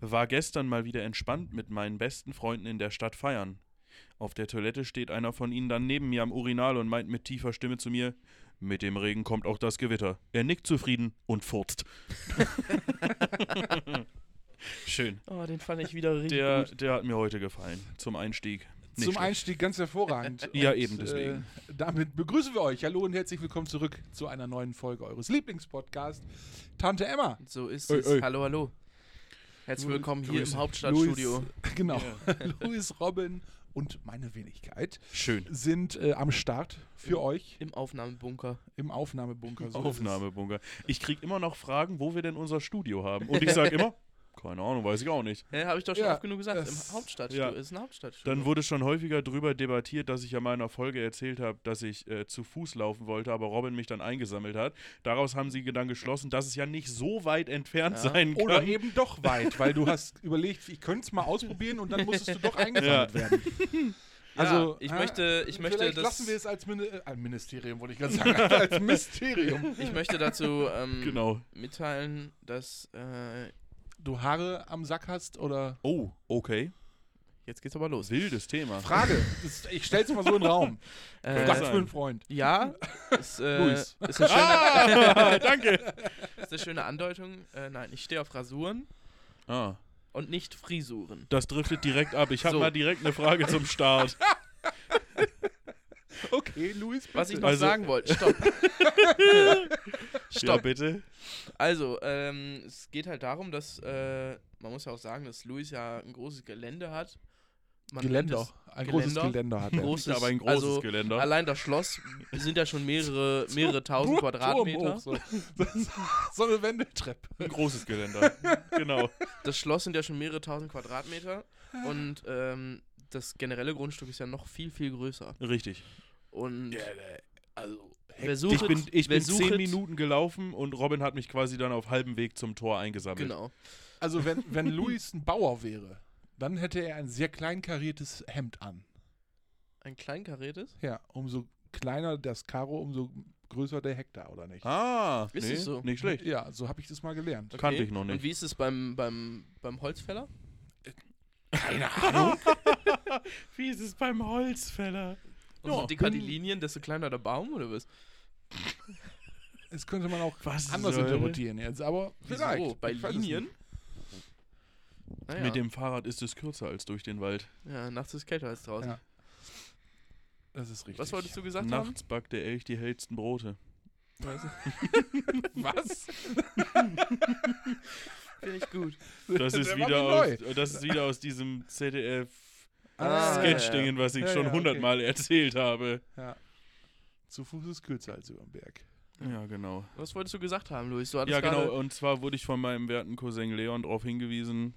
War gestern mal wieder entspannt mit meinen besten Freunden in der Stadt feiern. Auf der Toilette steht einer von ihnen dann neben mir am Urinal und meint mit tiefer Stimme zu mir: Mit dem Regen kommt auch das Gewitter. Er nickt zufrieden und furzt. Schön. Oh, den fand ich wieder richtig Der, gut. der hat mir heute gefallen. Zum Einstieg. Nicht Zum schlecht. Einstieg ganz hervorragend. Ja, eben deswegen. Äh, damit begrüßen wir euch. Hallo und herzlich willkommen zurück zu einer neuen Folge eures Lieblingspodcasts. Tante Emma. So ist Oi, es. oi. Hallo, hallo. Herzlich Lu- willkommen hier Luis- im Hauptstadtstudio. Luis, genau. Luis, Robin und meine Wenigkeit Schön. sind äh, am Start für euch Im Aufnahmebunker. im Aufnahmebunker. so ist es. Aufnahmebunker. Ich krieg immer noch Fragen, wo wir denn unser Studio haben. Und ich sage immer: Keine Ahnung, weiß ich auch nicht. Hä, habe ich doch schon Ja, oft genug gesagt. das- Im Hauptstadtstudio. ja. Ist ein Hauptstadtstudio. Dann wurde schon häufiger drüber debattiert, dass ich ja mal in einer Folge erzählt habe, dass ich äh, zu Fuß laufen wollte, aber Robin mich dann eingesammelt hat. Daraus haben sie dann geschlossen, dass es ja nicht so weit entfernt Ja. sein kann. Oder eben doch weit, weil du hast überlegt, ich könnte es mal ausprobieren und dann musstest du doch Ja. eingesammelt werden. also, ich äh, möchte, ich möchte vielleicht das. lassen wir es als Mini äh, ein Ministerium, wollte ich gerade sagen, als Mysterium. Ich möchte dazu ähm, Genau. mitteilen, dass. Äh, Du Haare am Sack hast oder Oh, okay. jetzt geht's aber los. Wildes Thema. Frage. Das, ich stell's mal so in den Raum. Äh, Sag's für sein. einen Freund. ja, ist, äh, Luis. ist, eine schöne, ah, danke. ist eine schöne Andeutung. Äh, nein, ich stehe auf Rasuren Ah, und nicht Frisuren. das driftet direkt ab. Ich habe So. mal direkt eine Frage zum Start. Okay, Luis, bitte. Was ich noch Also- sagen wollte, stopp. Ja, stopp. bitte. Also, ähm, es geht halt darum, dass, äh, man muss ja auch sagen, dass Louis ja ein großes Gelände hat. Man nennt Geländer. es Ein Geländer. großes Geländer hat er. Großes, aber ein großes also Geländer. Allein das Schloss sind ja schon mehrere, mehrere tausend Turm Quadratmeter. hoch, so. so eine Wendeltreppe. Ein großes Geländer. genau. Das Schloss sind ja schon mehrere tausend Quadratmeter. Und ähm, das generelle Grundstück ist ja noch viel, viel größer. Richtig. Und Also, wer sucht, Ich bin, ich wer bin zehn sucht- Minuten gelaufen und Robin hat mich quasi dann auf halbem Weg zum Tor eingesammelt. Genau. also wenn, wenn Luis ein Bauer wäre, dann hätte er ein sehr kleinkariertes Hemd an. Ein kleinkariertes? Ja, umso kleiner das Karo, umso größer der Hektar, oder nicht? Ah, Ist nee, es so? nicht schlecht. Ja, so habe ich das mal gelernt. Okay. Kannte ich noch nicht. Und wie ist es beim, beim, beim Holzfäller? Keine Ahnung. Wie ist es beim Holzfäller? Umso Ja, dicker die bin- Linien, desto kleiner der Baum oder was? Das könnte man auch Was anders soll? interpretieren jetzt, aber vielleicht. Wieso? Bei Ich weiß es Linien? Naja. Mit dem Fahrrad ist es kürzer als durch den Wald. ja, nachts ist kälter als draußen. Ja. nicht. Das ist richtig. Was wolltest du gesagt haben? Nachts backt der Elch die hellsten Brote. Was? Finde ich gut. Das ist, Der war wieder mir aus, das ist wieder aus diesem ZDF-Sketch-Dingen, Ah, ja, ja. was ich Ja, schon ja, okay. hundertmal erzählt habe. Ja. Zu Fuß ist kürzer als über den Berg. Ja, genau. Was wolltest du gesagt haben, Luis? Du hattest Ja, gerade- genau. Und zwar wurde ich von meinem werten Cousin Leon darauf hingewiesen.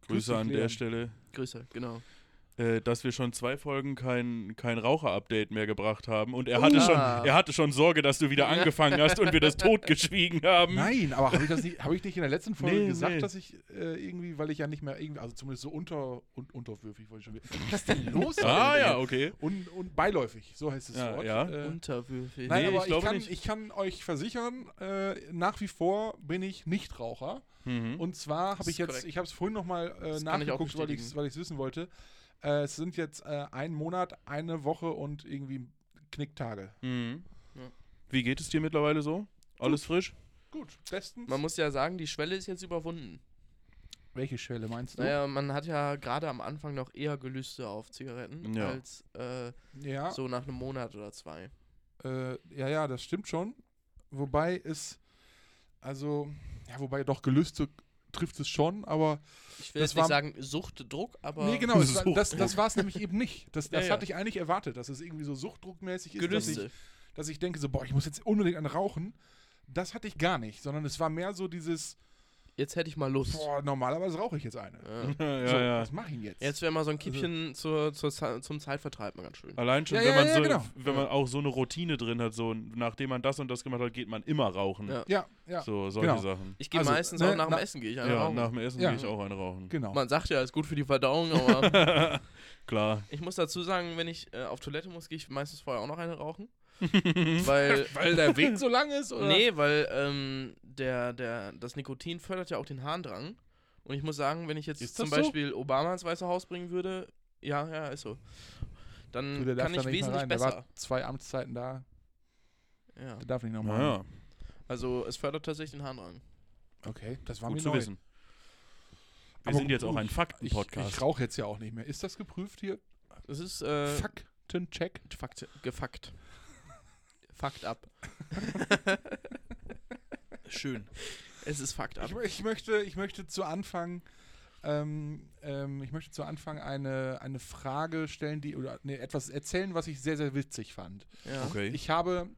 Grüß dich, Grüße an der Leon. Stelle. Grüße, genau. äh, dass wir schon zwei Folgen kein, kein Raucher-Update mehr gebracht haben. Und Oh er hatte, Uh. schon, Ah. er hatte schon Sorge, dass du wieder angefangen hast und wir das totgeschwiegen haben. Nein, aber habe ich das nicht, habe ich nicht in der letzten Folge Hm. Nee, gesagt, nee. dass ich äh, irgendwie, weil ich ja nicht mehr irgendwie, also zumindest so unter und unterwürfig wollte ich schon wieder. Was ist denn los? Ah Alter? ja, okay. Und, und beiläufig, so heißt das Ja, Wort. ja. Äh, Unterwürfig. nein, Nee, ich aber ich, glaube kann, nicht. ich kann euch versichern, äh, nach wie vor bin ich Nichtraucher. Mhm. Und zwar Das habe ich ist jetzt, korrekt. ich habe es vorhin nochmal äh, Das kann ich auch nachgeguckt, weil ich es bestätigen. weil ich's wissen wollte. Äh, es sind jetzt äh, ein Monat, eine Woche und irgendwie Knicktage. Mhm. Ja. Wie geht es dir mittlerweile so? Alles frisch? Gut, bestens. Man muss ja sagen, die Schwelle ist jetzt überwunden. Welche Schwelle meinst du? Naja, man hat ja gerade am Anfang noch eher Gelüste auf Zigaretten Ja. als äh, ja. so nach einem Monat oder zwei. Äh, ja, ja, das stimmt schon. Wobei es, also, ja, wobei doch Gelüste trifft es schon, aber. Ich will Das jetzt nicht war- sagen Suchtdruck, aber nee, genau, es war, Suchtdruck. das, das war es nämlich eben nicht. Das, das Ja, ja. hatte ich eigentlich erwartet, dass es irgendwie so suchtdruckmäßig ist, dass ich, Gelüste. dass ich denke, so, boah, ich muss jetzt unbedingt an Rauchen. Das hatte ich gar nicht, sondern es war mehr so dieses, Jetzt hätte ich mal Lust. boah, normalerweise rauche ich jetzt eine. Ja. ja, so, ja. was mache ich denn jetzt? Jetzt wäre mal so Also ein Kippchen zur, zur, Ze- zum Zeitvertreib mal ganz schön. Allein schon, Ja, wenn, ja, man ja, so, genau. wenn man auch so eine Routine drin hat, so nachdem man das und das gemacht hat, geht man immer rauchen. Ja. Ja, ja, So, solche Genau. Sachen. Ich gehe Also, meistens ne, auch nach dem na- Essen, gehe ich Ja, einfach rauchen. nach dem Essen Ja. gehe ich auch einen rauchen. genau. Man sagt ja, ist gut für die Verdauung, aber Klar. ich muss dazu sagen, wenn ich äh, auf Toilette muss, gehe ich meistens vorher auch noch eine rauchen. weil, Weil der Weg so lang ist, oder? nee, weil ähm, der, der, das Nikotin fördert ja auch den Harndrang. Und ich muss sagen, wenn ich jetzt Ist zum das so? Beispiel Obama ins Weiße Haus bringen würde, ja, ja, ist so. Dann Du, der kann darf da ich nicht mehr wesentlich rein. Der besser. war zwei Amtszeiten da. Ja. Der darf nicht nochmal. Naja, Also es fördert tatsächlich den Harndrang. Okay, das war gut mir zu neu. wissen. Wir Aber sind jetzt gut, auch ein Ich, Faktenpodcast. ich rauche jetzt ja auch nicht mehr. Ist das geprüft hier? Das ist äh, Faktencheck. Fakt. gefuckt. Fucked ab. Schön. Es ist fucked ab. Ich, ich, möchte, ich möchte zu Anfang. Ähm, ähm, ich möchte zu Anfang eine, eine Frage stellen, die oder nee, etwas erzählen, was ich sehr, sehr witzig fand. Ja. Okay. Ich habe,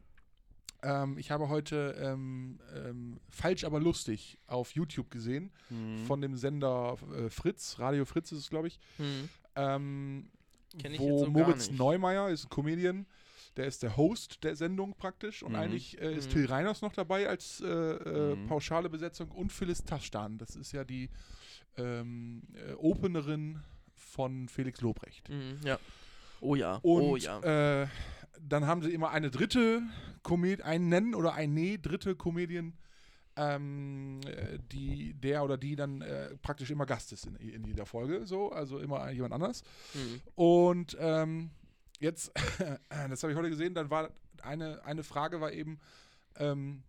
ähm, ich habe heute ähm, ähm, falsch, aber lustig auf YouTube gesehen Mhm. von dem Sender äh, Fritz, Radio Fritz ist es, glaube ich. Hm. ähm, Kenn ich wo jetzt so gar Moritz nicht. Neumeier ist ein Comedian, der ist der Host der Sendung praktisch und Mhm. eigentlich äh, ist Mhm. Till Reiners noch dabei als äh, äh, Mhm. pauschale Besetzung und Phyllis Taschdan, das ist ja die ähm, äh, Openerin von Felix Lobrecht. Hm, ja. Oh ja. Und oh ja. äh, dann haben sie immer eine dritte Comed einen Nennen oder ein Nee, dritte Comedian, ähm, äh, die der oder die dann äh, praktisch immer Gast ist in, in jeder Folge, so, also immer jemand anders. Hm. Und ähm, jetzt, das habe ich heute gesehen, dann war eine, eine Frage war eben, ähm,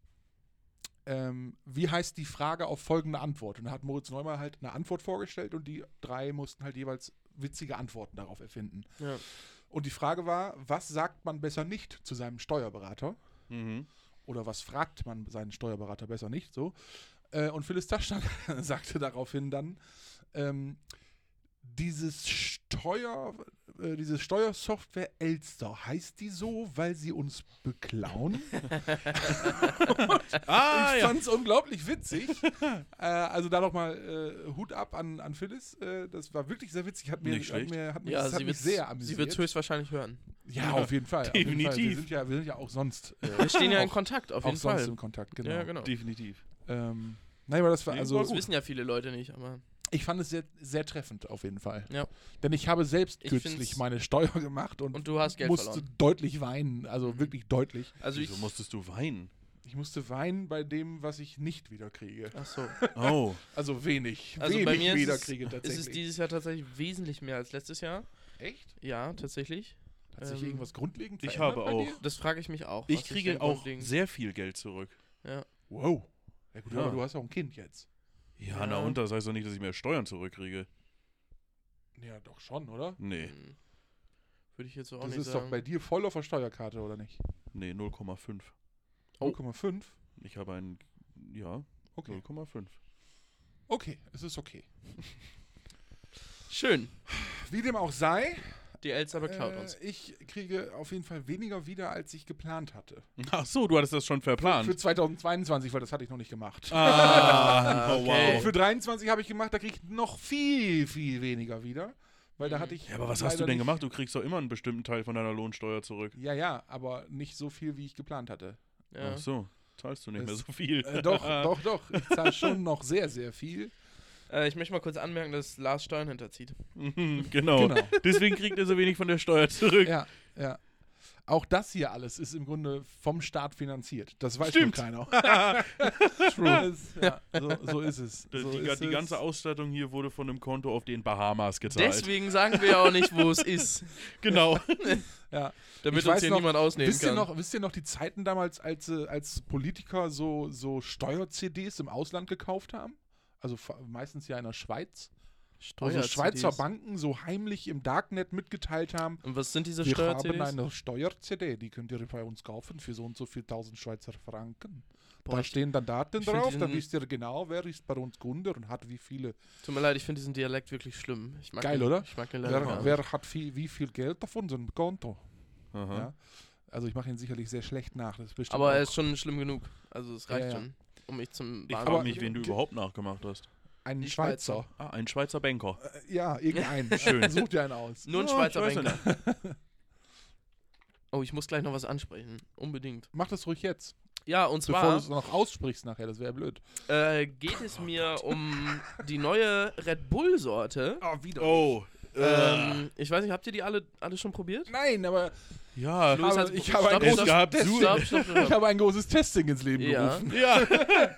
ähm, wie heißt die Frage auf folgende Antwort? Und da hat Moritz Neumann halt eine Antwort vorgestellt und die drei mussten halt jeweils witzige Antworten darauf erfinden. Ja. Und die Frage war, was sagt man besser nicht zu seinem Steuerberater? Mhm. Oder was fragt man seinen Steuerberater besser nicht so? Äh, und Phyllis Taschner sagte daraufhin dann, ähm, dieses Steuer, äh, diese Steuersoftware Elster, heißt die so, weil sie uns beklauen? Ah, ich ja. fand es unglaublich witzig. äh, also da nochmal äh, Hut ab an, an Phyllis. Äh, das war wirklich sehr witzig. Hat mir, Nicht hat schlecht. mir, hat mir, Ja, das hat sie mich wird sehr sie wird's amüsiert. höchstwahrscheinlich hören. Ja, auf jeden Fall. Auf jeden Fall. Definitiv. Wir, sind ja, wir sind ja auch sonst. Äh, Wir stehen ja in auch- Kontakt, auf auch jeden sonst Fall. im Kontakt, genau. Ja, genau. Definitiv. Ähm, nein, aber das war Nee, also. war Das wissen ja viele Leute nicht, aber Ich fand es sehr, sehr treffend auf jeden Fall. Ja. Denn ich habe selbst Ich kürzlich find's- meine Steuer gemacht und, und du hast Geld musste verloren. deutlich weinen. Also Mhm. wirklich deutlich. Also ich Wieso musstest du weinen? Ich musste weinen bei dem, was ich nicht wiederkriege. Ach so. Oh. Also wenig. Also wenig bei mir ist es- wiederkriege Es ist tatsächlich. dieses Jahr tatsächlich wesentlich mehr als letztes Jahr. Echt? Ja, tatsächlich. Hat sich Ähm, irgendwas grundlegend ich verändert habe bei auch. Dir? Das frage ich mich auch. Ich was sich kriege denn auch grundlegend- sehr viel Geld zurück. Wow. Ja gut, Ja. aber du hast auch ein Kind jetzt. Ja, Ja. na und das heißt doch nicht, dass ich mehr Steuern zurückkriege. Ja, doch schon, oder? Nee, Hm. Würde ich jetzt so auch das nicht ist doch sagen. bei dir voll auf der Steuerkarte, oder nicht? nee, 0,5. Oh. 0,5? Ich habe ein, ja, Okay. 0,5. Okay, es ist okay. Schön. Wie dem auch sei, Die Elster beklaut äh, uns. ich kriege auf jeden Fall weniger wieder, als ich geplant hatte. Ach so, du hattest das schon Für verplant. 2022, weil das hatte ich noch nicht gemacht. Oh. Ah, oh, Okay. Und wow. für 23 habe ich gemacht, da kriege ich noch viel, viel weniger wieder. Weil da hatte ich. Mhm. Ja, aber was hast du leider denn nicht- gemacht? Du kriegst doch immer einen bestimmten Teil von deiner Lohnsteuer zurück. Ja, ja, aber nicht so viel, wie ich geplant hatte. Ja. Ach so, zahlst du nicht Es- mehr so viel. Äh, doch, doch, doch. Ich zahle schon noch sehr, sehr viel. Äh, ich möchte mal kurz anmerken, dass Lars Steuern hinterzieht. Mhm, genau. Genau. Deswegen kriegt er so wenig von der Steuer zurück. Ja, ja. Auch das hier alles ist im Grunde vom Staat finanziert. Das weiß Stimmt. nur keiner. True. Das, ja, so, so ist es. Die, so die, ist die es. ganze Ausstattung hier wurde von einem Konto auf den Bahamas gezahlt. Deswegen sagen wir ja auch nicht, wo es ist. Genau. Ja. Damit uns Ich weiß hier noch, niemand ausnehmen Wisst ihr, kann. noch, wisst ihr noch die Zeiten damals, als, äh, als Politiker so, so Steuer-CDs im Ausland gekauft haben? Also fa- meistens ja in der Schweiz. Wo so Steuer-CDs. Schweizer Banken so heimlich im Darknet mitgeteilt haben, Und was sind diese wir haben Steuer-CDs? eine Steuer-CD, die könnt ihr bei uns kaufen für so und so viel tausend Schweizer Franken. Boah, da ich, stehen dann Daten ich find drauf, dann diesen- wisst ihr genau, wer ist bei uns Kunde und hat wie viele. tut mir leid, ich finde diesen Dialekt wirklich schlimm. Ich mag Geil, den, oder? Ich mag den leider Wer, gar wer hat viel, wie viel Geld auf unserem Konto? Aha. Ja. Also ich mache ihn sicherlich sehr schlecht nach. Das ist bestimmt Aber er auch- ist schon schlimm genug. Also es Ja, reicht ja. schon, um mich zum Ich Wahnsinn- frage mich, wen du Ge- überhaupt nachgemacht hast. ein die Schweizer. Schweizer. Ah, ein Schweizer Banker. Ah, Äh, Ja, irgendeinen. Schön. Such dir einen aus. Nur ein Ja, Schweizer ich weiß Banker. Oh, ich muss gleich noch was ansprechen. Unbedingt. Mach das ruhig jetzt, Ja, und bevor du zwar es noch aussprichst nachher, das wäre blöd. äh, geht es mir um die neue Red Bull-Sorte. Ah, wieder. Oh, äh, Ähm, ich weiß nicht, habt ihr die alle, alle schon probiert? Nein, aber Ja, Los, habe, also, Äh, ich, habe ein stopp, großes es gab Test- Su- Stopp, stopp, stopp. ich habe ein großes Testing ins Leben Ja, gerufen. ja.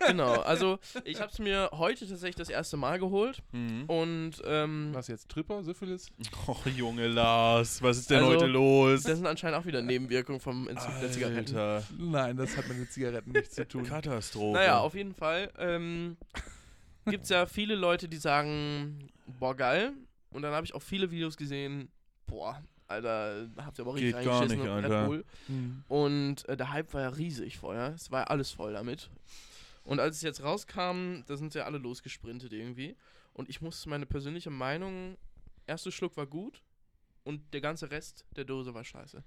genau. Also ich habe es mir heute tatsächlich das erste Mal geholt Mhm. und ähm, Was jetzt? Tripper? Syphilis? Och, Junge Lars, was ist denn Also, heute los? das sind anscheinend auch wieder Nebenwirkungen vom Entzug der Zigaretten. Alter. Nein, das hat mit den Zigaretten nichts zu tun. Katastrophe. Naja, auf jeden Fall ähm, gibt es ja viele Leute, die sagen, boah, geil. Und dann habe ich auch viele Videos gesehen, boah, Alter, habt ihr aber richtig Geht gar reingeschissen nicht, und Red Alter. Bull. Hm. Und äh, der Hype war ja riesig vorher. Es war ja alles voll damit. Und als es jetzt rauskam, da sind sie ja alle losgesprintet irgendwie. Und ich musste meine persönliche Meinung, erster Schluck war gut und der ganze Rest der Dose war scheiße.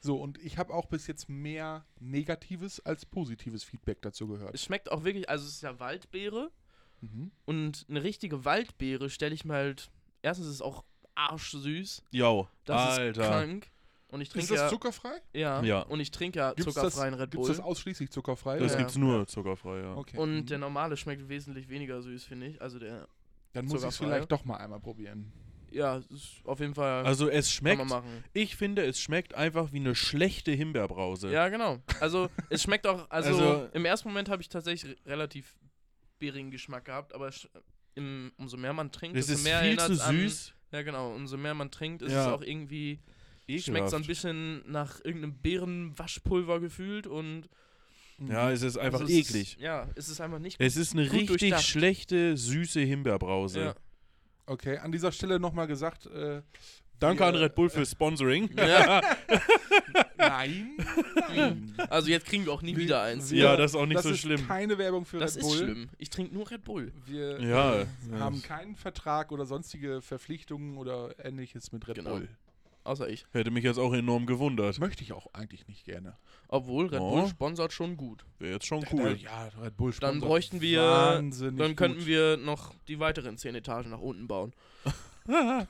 So, und ich habe auch bis jetzt mehr negatives als positives Feedback dazu gehört. Es schmeckt auch wirklich, also es ist ja Waldbeere Mhm. und eine richtige Waldbeere stelle ich mir halt, erstens ist es auch arschsüß, Yo, das ist Alter. krank. Und ich Ist trinke das ja, zuckerfrei? ja, Ja. und ich trinke ja Gibt's das, zuckerfreien Red gibt's Bull. das ausschließlich zuckerfrei? Das Ja. gibt's nur zuckerfrei, ja. Okay. Und Mhm. der normale schmeckt wesentlich weniger süß, finde ich. Also der, Dann muss ich es zuckerfrei. vielleicht doch mal einmal probieren. ja, ist auf jeden Fall Also es kann schmeckt, man machen. ich finde, es schmeckt einfach wie eine schlechte Himbeerbrause. Ja, genau. Also es schmeckt auch, also, Also- im ersten Moment habe ich tatsächlich re- relativ bärigen Geschmack gehabt, aber sch- im, umso mehr man trinkt, das desto ist mehr viel zu erinnert's an- süß. Ja, genau. Umso mehr man trinkt, ist Ja. es auch irgendwie, schmeckt Ekelhaft. so ein bisschen nach irgendeinem Beerenwaschpulver gefühlt und Ja, es ist einfach Mhm. Also es ist, eklig. Ja, es ist einfach nicht Es ist eine gut richtig durchdacht. schlechte, süße Himbeerbrause. Ja. Okay, an dieser Stelle nochmal gesagt, äh, Danke wir- an Red Bull fürs Sponsoring. Ja, Nein, nein. also jetzt kriegen wir auch nie Wir- wieder eins. wir- Ja, das ist auch nicht das so ist schlimm. keine Werbung für das Red ist Bull. schlimm. Ich trinke nur Red Bull. Wir Ja, äh, ja. haben keinen Vertrag oder sonstige Verpflichtungen oder ähnliches mit Red Genau. Bull. Außer ich. Hätte mich jetzt auch enorm gewundert. Das möchte ich auch eigentlich nicht gerne. Äh, Obwohl Red Oh. Bull sponsert schon gut. Wäre jetzt schon cool. Ja, Red Bull Dann sponsert bräuchten wir- wahnsinnig Dann könnten gut. wir noch die weiteren zehn Etagen nach unten bauen. Ja.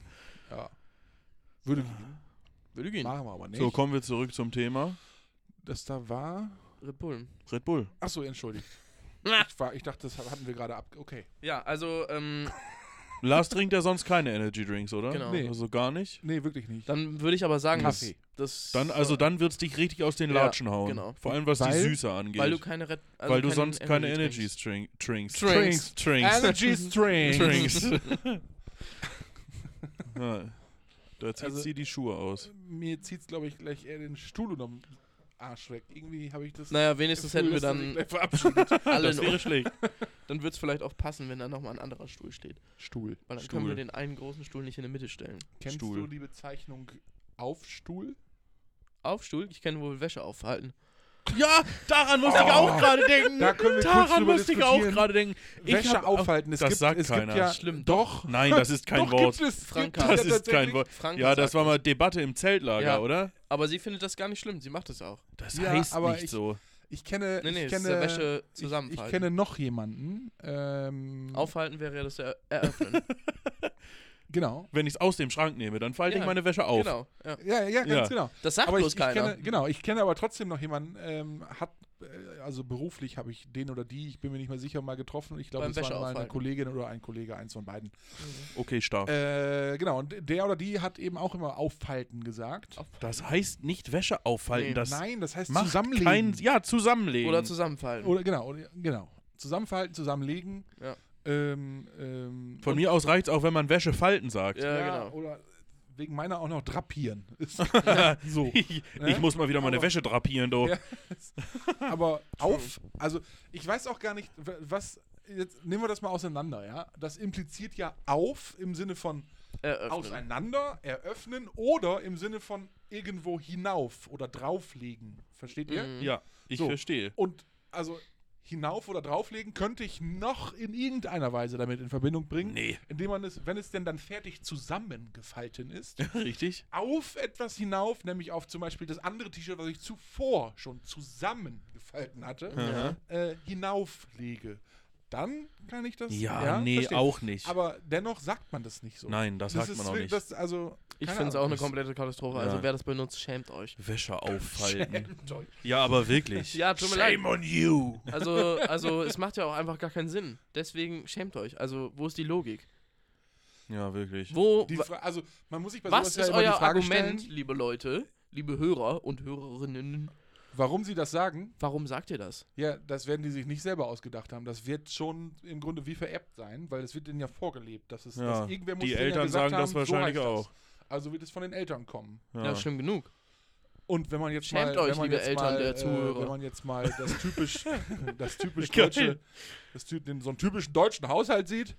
Würde gehen. Würde gehen. Machen wir aber nicht. So, kommen wir zurück zum Thema. Das da war. Red Bull. Red Bull. Achso, entschuldigt. Ich, war, ich dachte, das hatten wir gerade ab. Okay. Ja, also ähm, Lars trinkt ja sonst keine Energy Drinks, oder? Genau. Nee. Also gar nicht. Nee, wirklich nicht. dann würde ich aber sagen, dass, Kaffee. dass äh, Dann, also dann wird's dich richtig aus den Ja, Latschen hauen. genau. Vor allem was Weil- die Süße angeht. weil du keine Red, also Weil du keinen sonst keine Energy Energies drink, drinks. Drinks. Drinks. Strength. Drinks. ja, da zieht Also- sie die Schuhe aus. Mir zieht's, glaube ich, gleich eher den Stuhl unterm Arsch weg. Irgendwie habe ich das. Naja, wenigstens hätten wir Gefühl, dass er sich dann gleich verabschiedet. alle Das in wäre schlecht. Dann wird es vielleicht auch passen, wenn da nochmal ein anderer Stuhl steht. Stuhl. Weil dann können wir Stuhl. den einen großen Stuhl nicht in der Mitte stellen. Kennst Stuhl. du die Bezeichnung Aufstuhl? Auf Stuhl? Ich kann wohl Wäsche aufhalten. Ja, daran musste ich auch gerade denken. Oh. Da können wir kurz drüber diskutieren. denken. Ich Wäsche hab- aufhalten. Es das gibt, sagt es keiner. Gibt ja, Schlimm. Doch. Nein, das ist kein doch Wort. Gibt es, gibt Franka. es Das ja ist kein tatsächlich. Wort. Frank Ja, sagt das war mal Debatte im Zeltlager, Ja. oder? Aber sie findet das gar nicht schlimm. Sie macht es auch. Das Ja, heißt aber nicht ich- so. Ich kenne. Nee, nee, es ich ist kenne ja Wäsche ich- Ich, zusammenfalten. kenne noch jemanden. Ähm, Aufhalten wäre ja das Er- Eröffnen. Genau. Wenn ich es aus dem Schrank nehme, dann falte Ja, ich meine Wäsche auf. Genau. Ja. Ja, ja, ganz Ja. genau. Das sagt aber bloß ich, ich keiner. kenne, genau, ich kenne aber trotzdem noch jemanden, ähm, hat, äh, also beruflich habe ich den oder die, ich bin mir nicht mehr sicher, mal getroffen und ich glaube, Beim es war Wäsche mal eine aufhalten. Kollegin oder ein Kollege, eins von beiden. Okay, stark. Äh, genau, und der oder die hat eben auch immer auffalten gesagt. Auf- Das heißt nicht Wäsche aufhalten. Nee, das Nein, das heißt macht zusammenlegen. kein. Ja, zusammenlegen. Oder zusammenfalten. Oder genau, oder, genau. Zusammenfalten, zusammenlegen. Ja. Ähm, ähm, Von und- mir aus reicht's auch, wenn man Wäsche falten sagt. Ja, ja, genau. Oder wegen meiner auch noch drapieren. Ist- so. Ich, Ne? ich muss mal wieder meine Aber- Wäsche drapieren, du. Ja. Aber auf, also ich weiß auch gar nicht, w- was, jetzt nehmen wir das mal auseinander, ja. Das impliziert ja auf im Sinne von Eröffnen. auseinander, eröffnen oder im Sinne von irgendwo hinauf oder drauflegen. Versteht ihr? Mhm. Ja, ich So. verstehe. Und also hinauf oder drauflegen könnte ich noch in irgendeiner Weise damit in Verbindung bringen, Nee. indem man es, wenn es denn dann fertig zusammengefalten ist, Richtig? auf etwas hinauf, nämlich auf zum Beispiel das andere T-Shirt, was ich zuvor schon zusammengefalten hatte, Aha. äh, hinauflege. Dann kann ich das. Ja, nee, verstehen. auch nicht. Aber dennoch sagt man das nicht so. Nein, das sagt ist man auch wi- nicht. Das, also, Ich keine finde es auch Ahnung, eine das- komplette Katastrophe. Ja. Also wer das benutzt, schämt euch. Wäsche auffalten. Schämt euch. ja, aber wirklich. Ja, tut mir leid. Shame on you. Also, also es macht ja auch einfach gar keinen Sinn. Deswegen schämt euch. Also, wo ist die Logik? Ja, wirklich. Wo, Die wa- Fra also, man muss sich bei was sowas ja ist immer die euer Frage Argument, stellen, liebe Leute, liebe Hörer und Hörerinnen? warum sie das sagen. Warum sagt ihr das? Ja, das werden die sich nicht selber ausgedacht haben. Das wird schon im Grunde wie vererbt sein, weil es wird denen ja vorgelebt. Dass es, Ja, dass irgendwer muss die denen ja Eltern gesagt sagen das haben, wahrscheinlich so heißt auch. Das. Also wird es von den Eltern kommen. Ja. Ja, schlimm genug. Und wenn man jetzt Schämt mal, euch, wenn man liebe jetzt Eltern mal, der Äh, Zuhörer. wenn man jetzt mal das typisch, das typisch Geil. deutsche, das, ty- den, so einen typischen deutschen Haushalt sieht,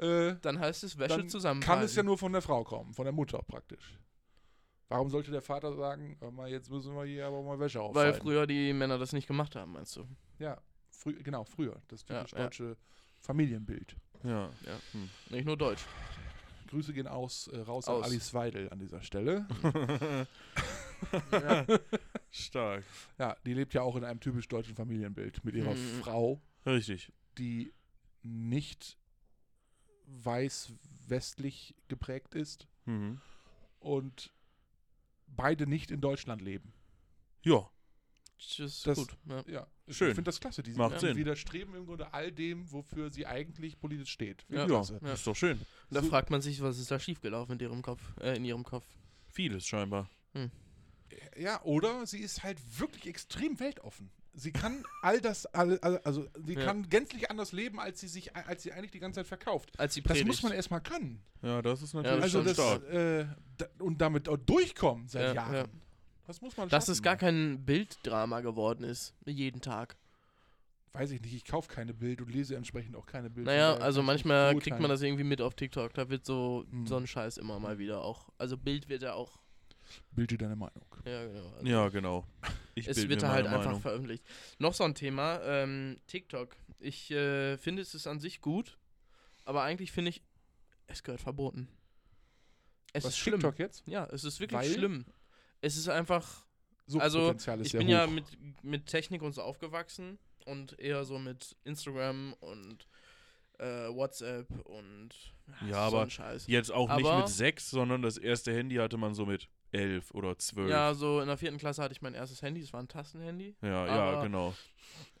äh, Dann heißt es Wäsche Dann zusammen. kann es ja nur von der Frau kommen, von der Mutter praktisch. Warum sollte der Vater sagen, hör mal, jetzt müssen wir hier aber mal Wäsche Weil aufhören? früher die Männer das nicht gemacht haben, meinst du? ja, frü genau, früher. Das Ja, typisch ja. deutsche Familienbild. Ja. Nicht nur Deutsch. Grüße gehen aus, äh, raus Aus. an Alice Weidel an dieser Stelle. ja. Stark. Ja, die lebt ja auch in einem typisch deutschen Familienbild mit ihrer Mhm. Frau, Richtig. die nicht weiß-westlich geprägt ist Mhm. und beide nicht in Deutschland leben. Ja. Das ist Das- gut. Ja. Ja, Schön. Ich finde das klasse. Die Macht sind- Sinn. widerstreben im Grunde all dem, wofür sie eigentlich politisch steht. Finde Ja. ich klasse. Ja. Ist doch schön. Da So- fragt man sich, was ist da schiefgelaufen in ihrem Kopf? Äh, in ihrem Kopf. Vieles scheinbar. Ja, oder sie ist halt wirklich extrem weltoffen. Sie kann all das, all, all- also sie Ja. kann gänzlich anders leben, als sie sich, als sie eigentlich die ganze Zeit verkauft. Als sie Das predigt. muss man erstmal können. Ja, das ist Das natürlich ist also schon das stark. äh, da, und damit auch durchkommen seit Ja, Jahren. ja. Das muss man Dass schaffen. es gar kein Bilddrama geworden ist. Jeden Tag. Weiß ich nicht, ich kaufe keine Bild und lese entsprechend auch keine Äh, Bilder. Naja, also manchmal kriegt man das irgendwie mit auf TikTok. Da wird so, Hm. so ein Scheiß immer mal wieder auch. Also Bild wird ja auch. Bilde deine Meinung. Ja, genau. Also Ja, genau. Ich es bild wird mir da halt meine einfach Meinung. veröffentlicht. Noch so ein Thema, ähm, TikTok. Ich äh, finde, es ist an sich gut, aber eigentlich finde ich, es gehört verboten. Es Was ist schlimm. TikTok jetzt? Ja, es ist wirklich Weil? schlimm. Es ist einfach. Suchtpotenzial Also, Ich sehr bin ja hoch. mit, mit Technik und so aufgewachsen und eher so mit Instagram und äh, WhatsApp und Ja, so aber ein Scheiß. Jetzt auch nicht Aber- mit sechs, sondern das erste Handy hatte man so mit elf oder zwölf. Ja, Ja, so in der vierten Klasse hatte ich mein erstes Handy, es war ein Tastenhandy. ja, aber- genau.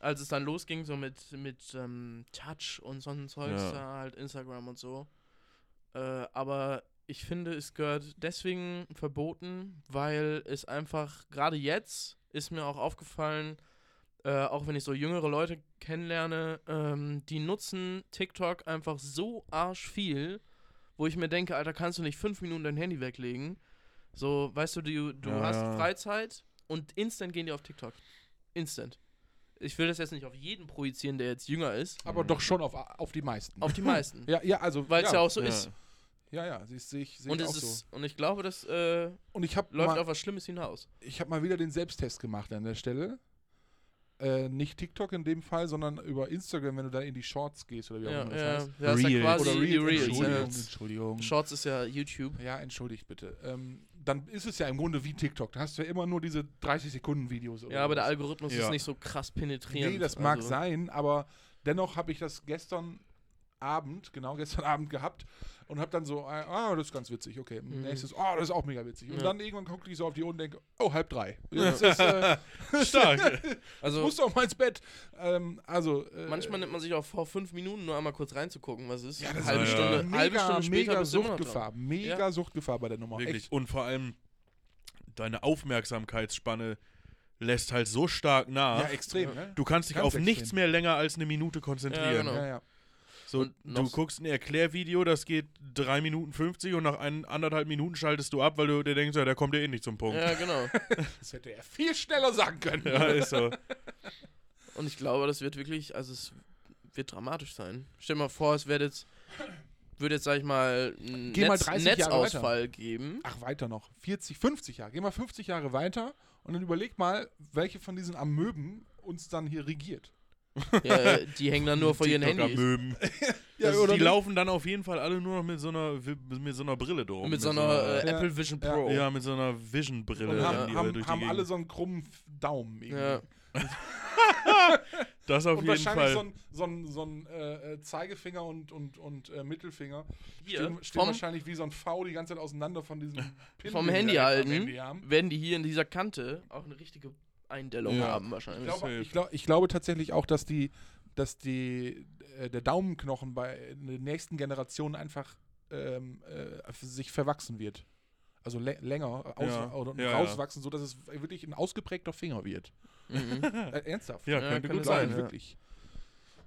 als es dann losging, so mit, mit ähm, Touch und so ein Zeugs, Ja. da halt Instagram und so. Äh, aber ich finde, es gehört deswegen verboten, weil es einfach, gerade jetzt ist mir auch aufgefallen, äh, auch wenn ich so jüngere Leute kennenlerne, ähm, die nutzen TikTok einfach so arschviel, wo ich mir denke, Alter, kannst du nicht fünf Minuten dein Handy weglegen? So, weißt du, du, du Ja, hast ja. Freizeit und instant gehen die auf TikTok. Instant. Ich will das jetzt nicht auf jeden projizieren, der jetzt jünger ist. Aber doch schon auf, auf die meisten. Auf die meisten. ja, ja, also. Weil es ja ja, auch so ja. ist. ja, ja, sie ist, sehe ich, sehe Und, ich auch es so. ist und ich glaube, das äh, Und ich habe läuft mal, auf was Schlimmes hinaus. ich hab mal wieder den Selbsttest gemacht an der Stelle. Äh, nicht TikTok in dem Fall, sondern über Instagram, wenn du da in die Shorts gehst oder wie auch Ja, immer das ja. heißt. ja ist ja Reels. quasi Oder die Reels. Entschuldigung, Reels Entschuldigung. ja. Shorts ist ja YouTube. Ja, entschuldigt bitte. Ähm, dann ist es ja im Grunde wie TikTok. Da hast du ja immer nur diese 30-Sekunden-Videos. oder Ja, aber der sowas. Algorithmus Ja. ist nicht so krass penetrierend. Nee, das mag also. sein, aber dennoch habe ich das gestern Abend, genau gestern Abend gehabt und habe dann so, ah, das ist ganz witzig, okay. Mhm. Nächstes, ah, das ist auch mega witzig. Und Ja. dann irgendwann gucke ich so auf die Uhr und denke, oh, halb drei. Ja. Das ist, äh, Stark. ich Also muss doch mal ins Bett. Ähm, also, äh, manchmal nimmt man sich auch vor fünf Minuten nur einmal kurz reinzugucken, was ist. ja, das halbe ist ja Stunde, also, mega, halbe Stunde später mega bist du immer noch dran. Suchtgefahr. Mega Suchtgefahr bei der Nummer. Wirklich. Oh, Echt. Und vor allem, deine Aufmerksamkeitsspanne lässt halt so stark nach. Ja, extrem, Ja. ne? Du kannst dich Ganz auf nichts extrem. mehr länger als eine Minute konzentrieren. Ja, genau. Ja, ja. So, Und noch du s- guckst ein Erklärvideo, das geht 3 Minuten 50 und nach ein, anderthalb Minuten schaltest du ab, weil du dir denkst, ja, der kommt ja eh nicht zum Punkt. Ja, Ja, genau. Das hätte er viel schneller sagen können. ist so. Und ich glaube, das wird wirklich, also es wird dramatisch sein. Stell dir mal vor, es wird jetzt, würde jetzt, sag ich mal, einen Geh mal Netz, 30 Jahre Netzausfall geben. Ach, weiter noch. 40, 50 Jahre. Geh mal 50 Jahre weiter und dann überleg mal, welche von diesen Amöben uns dann hier regiert. Ja, die hängen dann nur vor ihren TikToker Handys. mögen. Ja, Das- oder die nicht? laufen dann auf jeden Fall alle nur noch mit so einer, mit so einer Brille drum. Mit so einer äh, Ja. Apple Vision Ja. Pro. ja, mit so einer Vision-Brille. Oh. Und rennen haben, die alle durch haben, die haben alle Gegend. so einen krummen F- Daumen. irgendwie. Ja. das auf Und jeden Fall. wahrscheinlich so ein, so ein, so ein äh, äh, Zeigefinger und, und, und äh, Mittelfinger Hier, stehen, stehen vom, wahrscheinlich wie so ein V die ganze Zeit auseinander von diesem Pin, vom den die Handy da am halten, Handy haben. werden die hier in dieser Kante auch eine richtige Eindellung Ja. haben Ich, wahrscheinlich. glaube, safe. ich, glaub, ich glaube tatsächlich auch, dass die, dass die äh, der Daumenknochen bei in den nächsten Generationen einfach ähm, äh, sich verwachsen wird. Also lä- länger aus Ja. oder Ja, ja. rauswachsen, sodass es wirklich ein ausgeprägter Finger wird. Mhm. Äh, ernsthaft? Ja, Ja, könnte kann gut das sein. sein, ja. wirklich.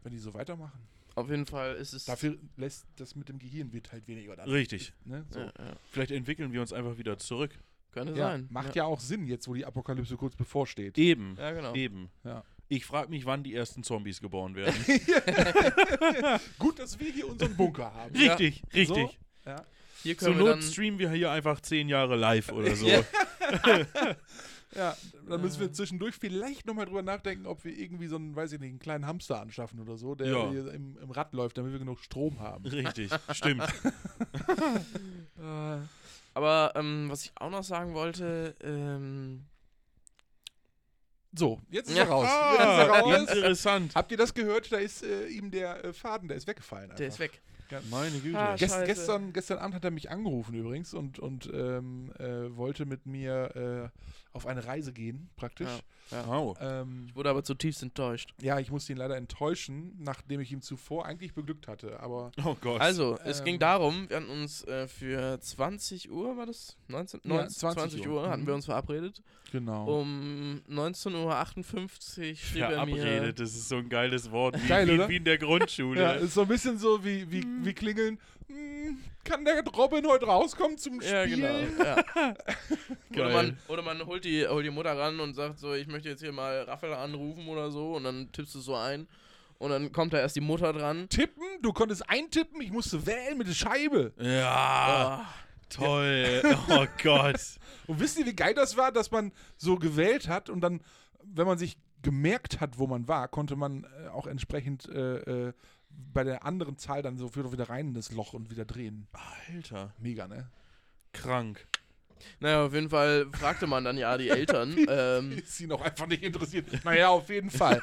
Wenn die so weitermachen. Auf jeden Fall ist es. Dafür lässt das mit dem Gehirn wird halt weniger. dann. Richtig. Ne? So. ja, ja. Vielleicht entwickeln wir uns einfach wieder zurück. Könnte Ja, sein. macht ja. auch Sinn jetzt, wo die Apokalypse kurz bevorsteht. Eben. Ja, genau. Eben. Ja. Ich frage mich, wann die ersten Zombies geboren werden. Gut, dass wir hier unseren Bunker haben. Ja. richtig, richtig. Ja. Hier Zur können wir Not dann. streamen wir hier einfach zehn Jahre live oder so. Ja. ja, dann müssen Äh. wir zwischendurch vielleicht nochmal drüber nachdenken, ob wir irgendwie so einen, weiß ich nicht, einen kleinen Hamster anschaffen oder so, der Ja. hier im, im Rad läuft, damit wir genug Strom haben. Richtig, stimmt. Äh, aber ähm, was ich auch noch sagen wollte, ähm, So, jetzt ist Ja. er raus. Ah, Jetzt ist er raus. interessant. Habt ihr das gehört? Da ist äh, ihm der äh, Faden, der ist weggefallen. Einfach. der ist weg. Meine Güte. Ah, Gest Scheiße. gestern, gestern Abend hat er mich angerufen übrigens und, und ähm, äh, wollte mit mir äh, auf eine Reise gehen, praktisch. Au. Ja. Ähm, Wurde aber zutiefst enttäuscht. ja, ich musste ihn leider enttäuschen, nachdem ich ihm zuvor eigentlich beglückt hatte. Aber Oh Gott. Also, es ähm, ging darum, wir hatten uns äh, für 20 Uhr, war das? 19, Ja, 19, 20 20, Uhr. Uhr hatten wir Mhm. uns verabredet. genau. Um 19.58 Uhr schrieb er mir. Verabredet, das ist so ein geiles Wort. Wie, Geil, wie, oder? wie in der Grundschule. Ja, ist so ein bisschen so wie, wie, wie klingeln. Hm, kann der Robin heute rauskommen zum Ja, Spielen? genau. Ja. Oder Geil. man, oder man holt, die, holt die Mutter ran und sagt so, ich möchte jetzt hier mal Raphael anrufen oder so und dann tippst du so ein und dann kommt da erst die Mutter dran. Tippen, du konntest eintippen, ich musste wählen mit der Scheibe. Ja, Ah, toll. Oh Gott. Und wisst ihr, wie geil das war, dass man so gewählt hat und dann, wenn man sich gemerkt hat, wo man war, konnte man äh, auch entsprechend äh, äh, bei der anderen Zahl dann so wieder rein in das Loch und wieder drehen. Alter, Mega, ne? krank. naja, auf jeden Fall fragte man dann ja die Eltern. ähm, Ist ihn auch einfach nicht interessiert. Naja, auf jeden Fall.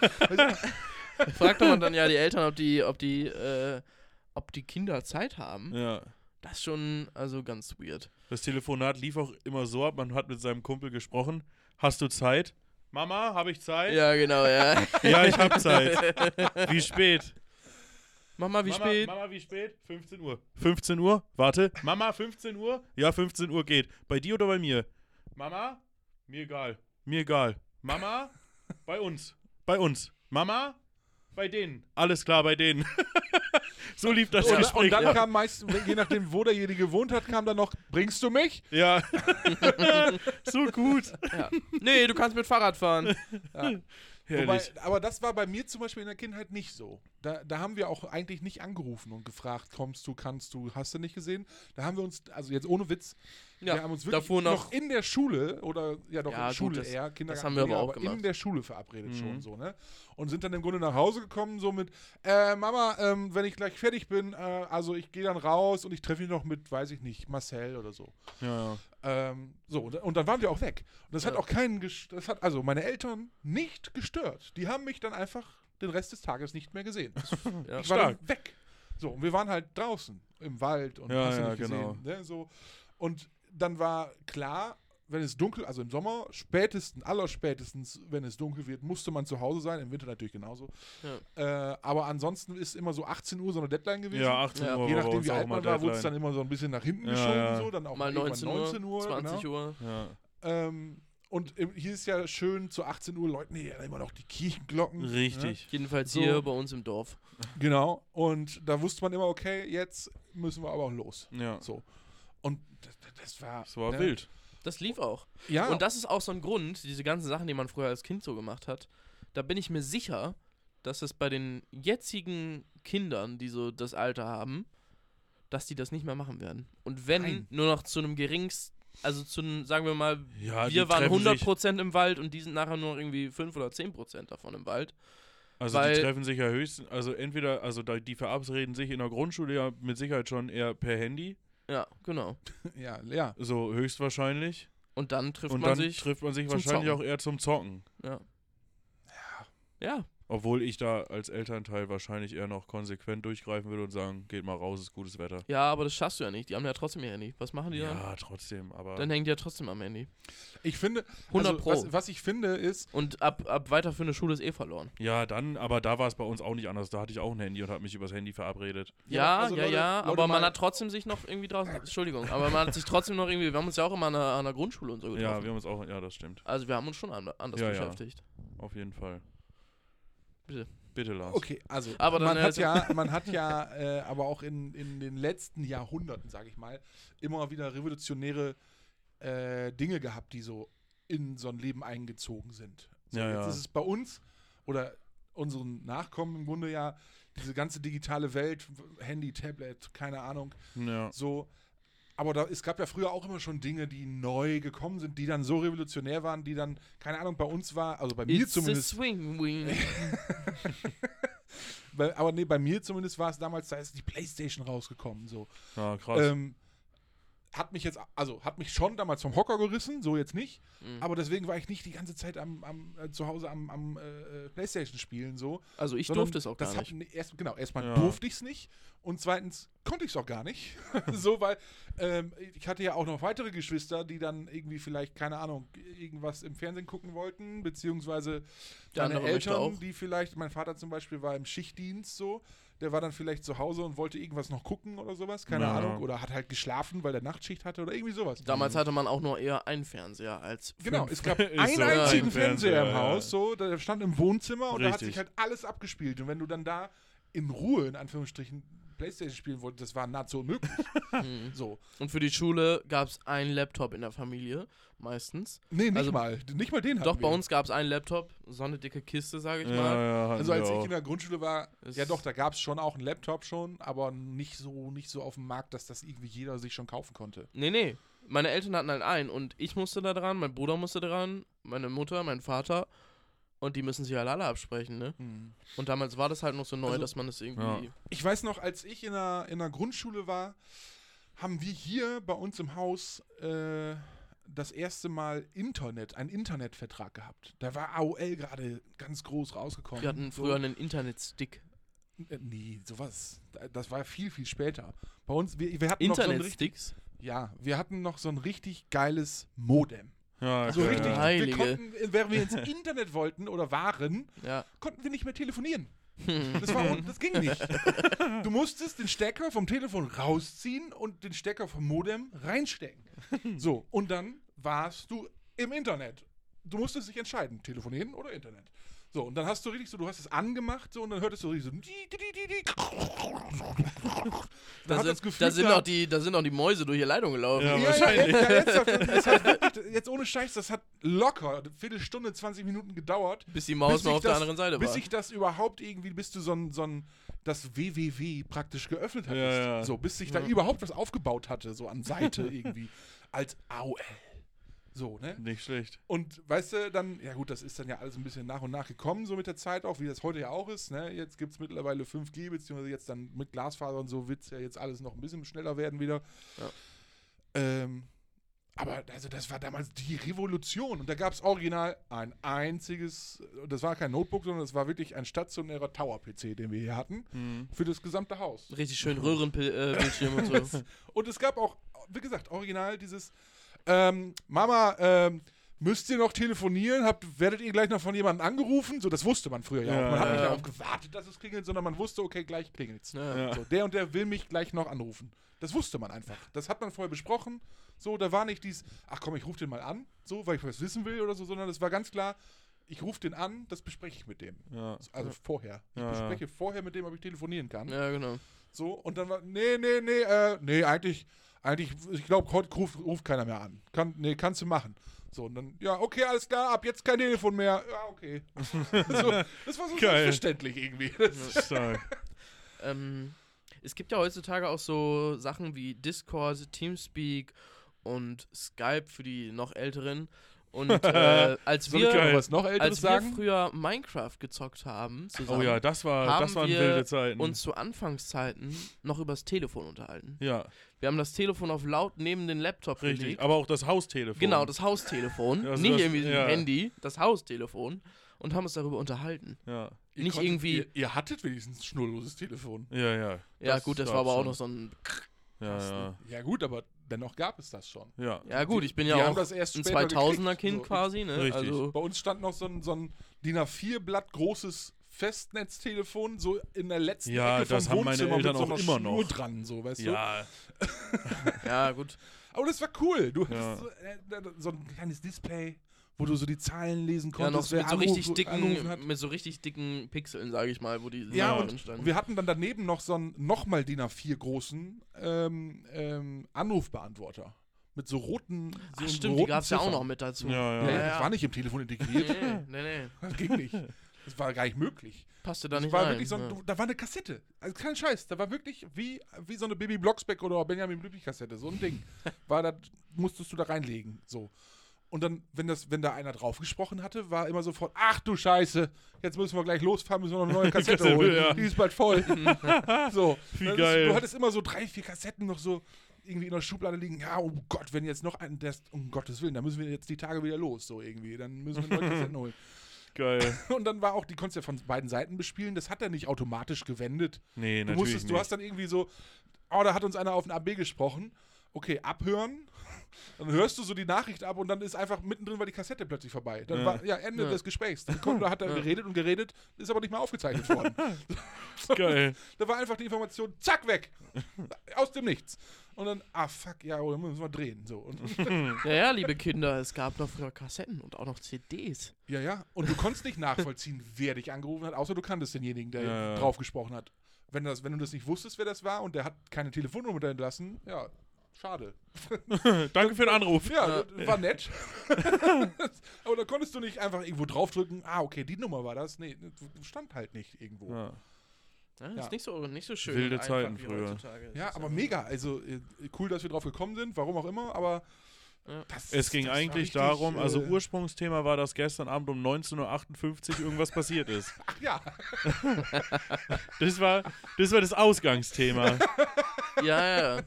fragte man dann ja die Eltern, ob die, ob die, äh, ob die Kinder Zeit haben. Ja. Das ist schon also ganz weird. Das Telefonat lief auch immer so ab, man hat mit seinem Kumpel gesprochen. Hast du Zeit? Mama, habe ich Zeit? Ja, genau, ja. Ja, ich habe Zeit. Wie spät? Mama, wie Mama, spät? Mama, wie spät? 15 Uhr. 15 Uhr? Warte. Mama, 15 Uhr? Ja, 15 Uhr geht. Bei dir oder bei mir? Mama? Mir egal. Mir egal. Mama? Bei uns. Bei uns. Mama? Bei denen. Alles klar, bei denen. so lief das Und, Gespräch. und dann ab. kam meist, je nachdem, wo derjenige gewohnt hat, kam dann noch, bringst du mich? Ja. so gut. Ja. Nee, du kannst mit Fahrrad fahren. Wobei, Herrlich. aber das war bei mir zum Beispiel in der Kindheit nicht so. Da, da haben wir auch eigentlich nicht angerufen und gefragt, kommst du, kannst du, hast du nicht gesehen? Da haben wir uns, also jetzt ohne Witz, Ja, wir haben uns wirklich davor noch. noch in der Schule oder ja doch Ja, in gut, Schule das- eher, Kindergarten, haben wir aber weniger, auch in gemacht. der Schule verabredet schon Mhm. so, ne? Und sind dann im Grunde nach Hause gekommen, so mit, äh, Mama, ähm, wenn ich gleich fertig bin, äh, also ich gehe dann raus und ich treffe mich noch mit, weiß ich nicht, Marcel oder so. Ja, ja. Ähm, so, und, und dann waren wir auch weg. Und das hat Ja. auch keinen, gest- das hat also meine Eltern nicht gestört. Die haben mich dann einfach den Rest des Tages nicht mehr gesehen. Ja. Ich war dann weg. So, und wir waren halt draußen im Wald und Ja, hast du ja, nicht genau. gesehen. Ne, so. Und dann war klar, wenn es dunkel, also im Sommer, spätestens, allerspätestens, wenn es dunkel wird, musste man zu Hause sein, im Winter natürlich genauso. Äh, aber ansonsten ist immer so 18 Uhr so eine Deadline gewesen. ja 18 Ja. Uhr war bei Je nachdem, uns wie auch alt mal man war, wurde es dann Deadline. immer so ein bisschen nach hinten Ja, geschoben. ja. So, dann auch Mal irgendwann 19 Uhr, 20 genau. Uhr. Ja. Ähm, und im- hier ist ja schön zu 18 Uhr läuten hier immer noch die Kirchenglocken. Richtig. Jedenfalls So. hier bei uns im Dorf. Ne? Genau. Und da wusste man immer, okay, jetzt müssen wir aber auch los. Ja. So. Und das, das war. Das war ne? wild. Das lief auch. Ah. Ja. Und das ist auch so ein Grund, diese ganzen Sachen, die man früher als Kind so gemacht hat, da bin ich mir sicher, dass es bei den jetzigen Kindern, die so das Alter haben, dass die das nicht mehr machen werden. Und wenn, Nein. nur noch zu einem geringst, also zu einem, sagen wir mal, Ja, wir Ah, die waren treffen 100% sich- im Wald und die sind nachher nur noch irgendwie 5 oder 10% davon im Wald. Also die Weil- treffen sich ja höchstens, also entweder, also da, die verabreden sich in der Grundschule ja mit Sicherheit schon eher per Handy, Ja, genau. Ja, ja. so höchstwahrscheinlich. Und dann trifft und man dann sich. trifft man sich zum wahrscheinlich Zocken. auch eher zum Zocken. ja. Ja, Obwohl ich da als Elternteil wahrscheinlich eher noch konsequent durchgreifen würde und sagen, geht mal raus, ist gutes Wetter. Ja, aber das schaffst du ja nicht. Die haben ja trotzdem ihr Handy. Was machen die dann? Ja, trotzdem, aber Dann hängen die ja trotzdem am Handy. Ich finde, 100 also, Pro. was, was ich finde ist, Und ab, ab weiterführende Schule ist eh verloren. ja, dann, aber da war es bei uns auch nicht anders. Da hatte ich auch ein Handy und habe mich übers Handy verabredet. Ja, also ja, Leute- ja, Leute, aber man mal- hat trotzdem sich noch irgendwie draußen. Entschuldigung, aber man hat sich trotzdem noch irgendwie. Wir haben uns ja auch immer an der, an der Grundschule und so Ja, getroffen. wir haben uns auch, ja, das stimmt. also wir haben uns schon an, anders Ja, ja. beschäftigt. Auf jeden Fall. Bitte. Bitte, Lars. okay, also Aber dann man, hat also- ja, man hat ja äh, aber auch in, in den letzten Jahrhunderten, sage ich mal, immer wieder revolutionäre äh, Dinge gehabt, die so in so ein Leben eingezogen sind. So, Ja, jetzt ja. ist es bei uns oder unseren Nachkommen im Grunde ja diese ganze digitale Welt, Handy, Tablet, keine Ahnung, Ja. So. Aber da, es gab ja früher auch immer schon Dinge, die neu gekommen sind, die dann so revolutionär waren, die dann, keine Ahnung, bei uns war, also bei mir It's a zumindest, swing wing. bei, aber nee, bei mir zumindest war es damals, da ist die Playstation rausgekommen, so. ja, krass. Ähm, hat mich jetzt, also hat mich schon damals vom Hocker gerissen, so jetzt nicht, Mhm. aber deswegen war ich nicht die ganze Zeit am, am äh, zu Hause am, am äh, äh, Playstation spielen, so. Also ich sondern durfte es auch das gar hat- nicht. nee, erst, genau, erstmal Ja. durfte ich es nicht und zweitens konnte ich es auch gar nicht. so, weil ähm, ich hatte ja auch noch weitere Geschwister, die dann irgendwie vielleicht, keine Ahnung, irgendwas im Fernsehen gucken wollten, beziehungsweise Der meine andere möchte Eltern, auch. die vielleicht, mein Vater zum Beispiel war im Schichtdienst so, der war dann vielleicht zu Hause und wollte irgendwas noch gucken oder sowas, keine Ja. Ahnung, oder hat halt geschlafen, weil der Nachtschicht hatte oder irgendwie sowas. Damals hatte man auch nur eher einen Fernseher als fünf. Mhm. Genau, es gab Ist einen so, ja, einzigen ein Fernseher Fernseher, im ja. Haus, so, der stand im Wohnzimmer und da hat Richtig. sich halt alles abgespielt. Und wenn du dann da in Ruhe, in Anführungsstrichen, Playstation spielen wolltest, das war nahezu unmöglich. Mhm. So. Und für die Schule gab es einen Laptop in der Familie, meistens. Nee, nicht Also- mal. Nicht mal den hatten Doch, bei wir. uns gab es einen Laptop, so eine dicke Kiste, sage ich ja, mal. ja, hatten Also als wir ich auch. in der Grundschule war, Es- ja doch, da gab es schon auch einen Laptop schon, aber nicht so, nicht so auf dem Markt, dass das irgendwie jeder sich schon kaufen konnte. Nee, nee. Meine Eltern hatten halt einen und ich musste da dran, mein Bruder musste dran, meine Mutter, mein Vater. Und die müssen sich halt alle absprechen, ne? Hm. Und damals war das halt noch so neu, Also- dass man das irgendwie. Ja. Ich weiß noch, als ich in der, in der Grundschule war, haben wir hier bei uns im Haus äh, das erste Mal Internet, einen Internetvertrag gehabt. Da war AOL gerade ganz groß rausgekommen. Wir hatten So. früher einen Internetstick. Äh, Nee, sowas. Da- Das war viel, viel später. Bei uns, wir, wir hatten noch so ein richtig, Internetsticks? Ja, wir hatten noch so ein richtig geiles Modem. ja, So klar, Also richtig, Ja. Heilige. wir konnten, während wir ins Internet wollten oder waren, Ja. konnten wir nicht mehr telefonieren. Das, war, un- das ging nicht. Du musstest den Stecker vom Telefon rausziehen und den Stecker vom Modem reinstecken. So, und dann warst du im Internet. Du musstest dich entscheiden, telefonieren oder Internet. So, und dann hast du richtig so, du hast es angemacht so, und dann hörtest du richtig so. di- di- di- di- di- Da Da hat sind, das Gefühl da, sind gehabt- auch die, da sind auch die Mäuse durch die Leitung gelaufen. Ja. ja, wahrscheinlich. Ja, jetzt, ja, jetzt, das hat wirklich, jetzt ohne Scheiß, das hat locker eine Viertelstunde, 20 Minuten gedauert, Bis die Maus Bis mal ich auf der das- anderen Seite bis war. ich das überhaupt irgendwie, bis du so ein, so ein das WWW praktisch geöffnet hattest. ja. So, bis ich da Ja. überhaupt was aufgebaut hatte, so an Seite irgendwie, als AOL. So, ne? Nicht schlecht. Und weißt du, dann, ja gut, das ist dann ja alles ein bisschen nach und nach gekommen, so mit der Zeit auch, wie das heute ja auch ist. Ne? Jetzt gibt es mittlerweile 5G, beziehungsweise jetzt dann mit Glasfaser und so wird es ja jetzt alles noch ein bisschen schneller werden wieder. Ja. Ähm, aber also das war damals die Revolution. Und da gab es original ein einziges, das war kein Notebook, sondern das war wirklich ein stationärer Tower-PC, den wir hier hatten, Mhm. für das gesamte Haus. Richtig schön Röhrenbildschirm und so. Und es gab auch, wie gesagt, original dieses ähm, Mama, ähm, müsst ihr noch telefonieren? Habt, werdet ihr gleich noch von jemandem angerufen? So, das wusste man früher ja, Ja, auch. Man hat ja, nicht ja. darauf gewartet, dass es klingelt, sondern man wusste, okay, gleich klingelt's. Ja. Ja. So, der und der will mich gleich noch anrufen. Das wusste man einfach. Das hat man vorher besprochen. So, da war nicht dies, ach komm, ich rufe den mal an, so, weil ich was wissen will oder so, sondern das war ganz klar, ich rufe den an, das bespreche ich mit dem. Ja. Also vorher. Ich Ja, ja. bespreche vorher mit dem, ob ich telefonieren kann. ja, genau. So, und dann war, nee, nee, nee, äh, nee, eigentlich, eigentlich, ich glaube, heute ruft, ruft keiner mehr an. Kann, nee, kannst du machen. So, und dann, ja, okay, alles klar, ab jetzt kein Telefon mehr. Ja, okay. so, das war so Geil. selbstverständlich irgendwie. Das, Stark. Ähm, es gibt ja heutzutage auch so Sachen wie Discord, Teamspeak und Skype für die noch Älteren. Und äh, als Soll ich wir, dir Geil. noch was noch Älteres als wir sagen? früher Minecraft gezockt haben, zusammen, Oh ja, das, war, Haben das waren wir wilde Zeiten. uns zu Anfangszeiten noch übers Telefon unterhalten. ja, Wir haben das Telefon auf laut neben den Laptop richtig. gelegt. Aber auch das Haustelefon. Genau, das Haustelefon. Also Nicht das- irgendwie ja. ein Handy, das Haustelefon. Und haben uns darüber unterhalten. Ja. Ihr Nicht konntet- irgendwie- Ihr, ihr hattet wenigstens ein schnurloses Telefon. Ja, ja. Ja, Das gut, das gab's war aber auch schon. noch so ein. Ja, Ja, gut, aber dennoch gab es das schon. ja. ja. Ja, gut, ich bin Die ja haben auch das erst ein später 2000er-Kind gekriegt. So, quasi, ne? Richtig. Also, Bei uns stand noch so ein, so ein DIN A4-Blatt großes Festnetztelefon, so in der letzten Ja, Ecke vom das haben meine Wohnzimmer Eltern mit so auch einer immer noch. Schnur dran, so, weißt du? Ja, ja, gut. Aber das war cool. Du Ja. hattest so, äh, so ein kleines Display, wo du so die Zahlen lesen Ja, noch konntest. mit so, anru- richtig angerufen hat. dicken, mit so richtig dicken Pixeln, sage ich mal, wo die Ja, Namen und- drin standen. Und wir hatten dann daneben noch so einen nochmal DIN A4 großen ähm, ähm, Anrufbeantworter. Mit so roten. So Ach, roten stimmt, die gab es ja auch Ziffern. noch mit dazu. Ja, ja. Ja, ja, Ja, Das ja. war nicht im Telefon integriert. Nee, nee, nee. Das ging nicht. Das war gar nicht möglich. Passte da Das nicht war rein. wirklich so ein, ja. du- Da war eine Kassette. Also kein Scheiß. Da war wirklich wie, wie so eine Baby Blocksback oder Benjamin Blümchen Kassette. So ein Ding. War da, musstest du da reinlegen. So. Und dann, wenn, das, wenn da einer drauf gesprochen hatte, war immer sofort, ach du Scheiße, jetzt müssen wir gleich losfahren, müssen wir noch eine neue Kassette Kassette, holen. ja. Die ist bald voll. so. Wie Dann ist- geil. Du hattest immer so drei, vier Kassetten noch so irgendwie in der Schublade liegen. Ja, oh Gott, wenn jetzt noch ein, das, um Gottes Willen, da müssen wir jetzt die Tage wieder los, so irgendwie. Dann müssen wir neue Kassetten holen. geil. Und dann war auch, die konntest du ja von beiden Seiten bespielen, das hat er nicht automatisch gewendet. Nee, Du natürlich musstest, nicht. du hast dann irgendwie so, oh, da hat uns einer auf den AB gesprochen. Okay, abhören. Dann hörst du so die Nachricht ab und dann ist einfach mittendrin war die Kassette plötzlich vorbei. Dann Ja. war ja Ende Ja. des Gesprächs. Dann kommt, da hat er Ja. geredet und geredet, ist aber nicht mehr aufgezeichnet worden. geil. da war einfach die Information, zack, weg. Aus dem Nichts. Und dann, ah fuck, ja, oh, dann müssen wir drehen. So. Und, ja, ja, liebe Kinder, es gab noch früher Kassetten und auch noch CDs. ja, ja. Und du konntest nicht nachvollziehen, wer dich angerufen hat, außer du kanntest denjenigen, der Ja, ja. drauf gesprochen hat. Wenn, das, wenn du das nicht wusstest, wer das war und der hat keine Telefonnummer hinterlassen, ja, schade. Danke für den Anruf. Ja, Ja. das war nett. Aber da konntest du nicht einfach irgendwo draufdrücken, ah, okay, die Nummer war das. Nee, das stand halt nicht irgendwo. Ja, Ja. Ja, Ja. Ist nicht so, nicht so schön. Wilde und einfach Zeiten wie früher. heutzutage. Es ist aber einfach- mega. Also äh, cool, dass wir drauf gekommen sind, warum auch immer, aber Ja. das, Es ging das war eigentlich richtig, darum, also äh, Ursprungsthema war, dass gestern Abend um 19.58 Uhr irgendwas passiert ist. Ach ja, Das war das, war das Ausgangsthema. Ja, ja.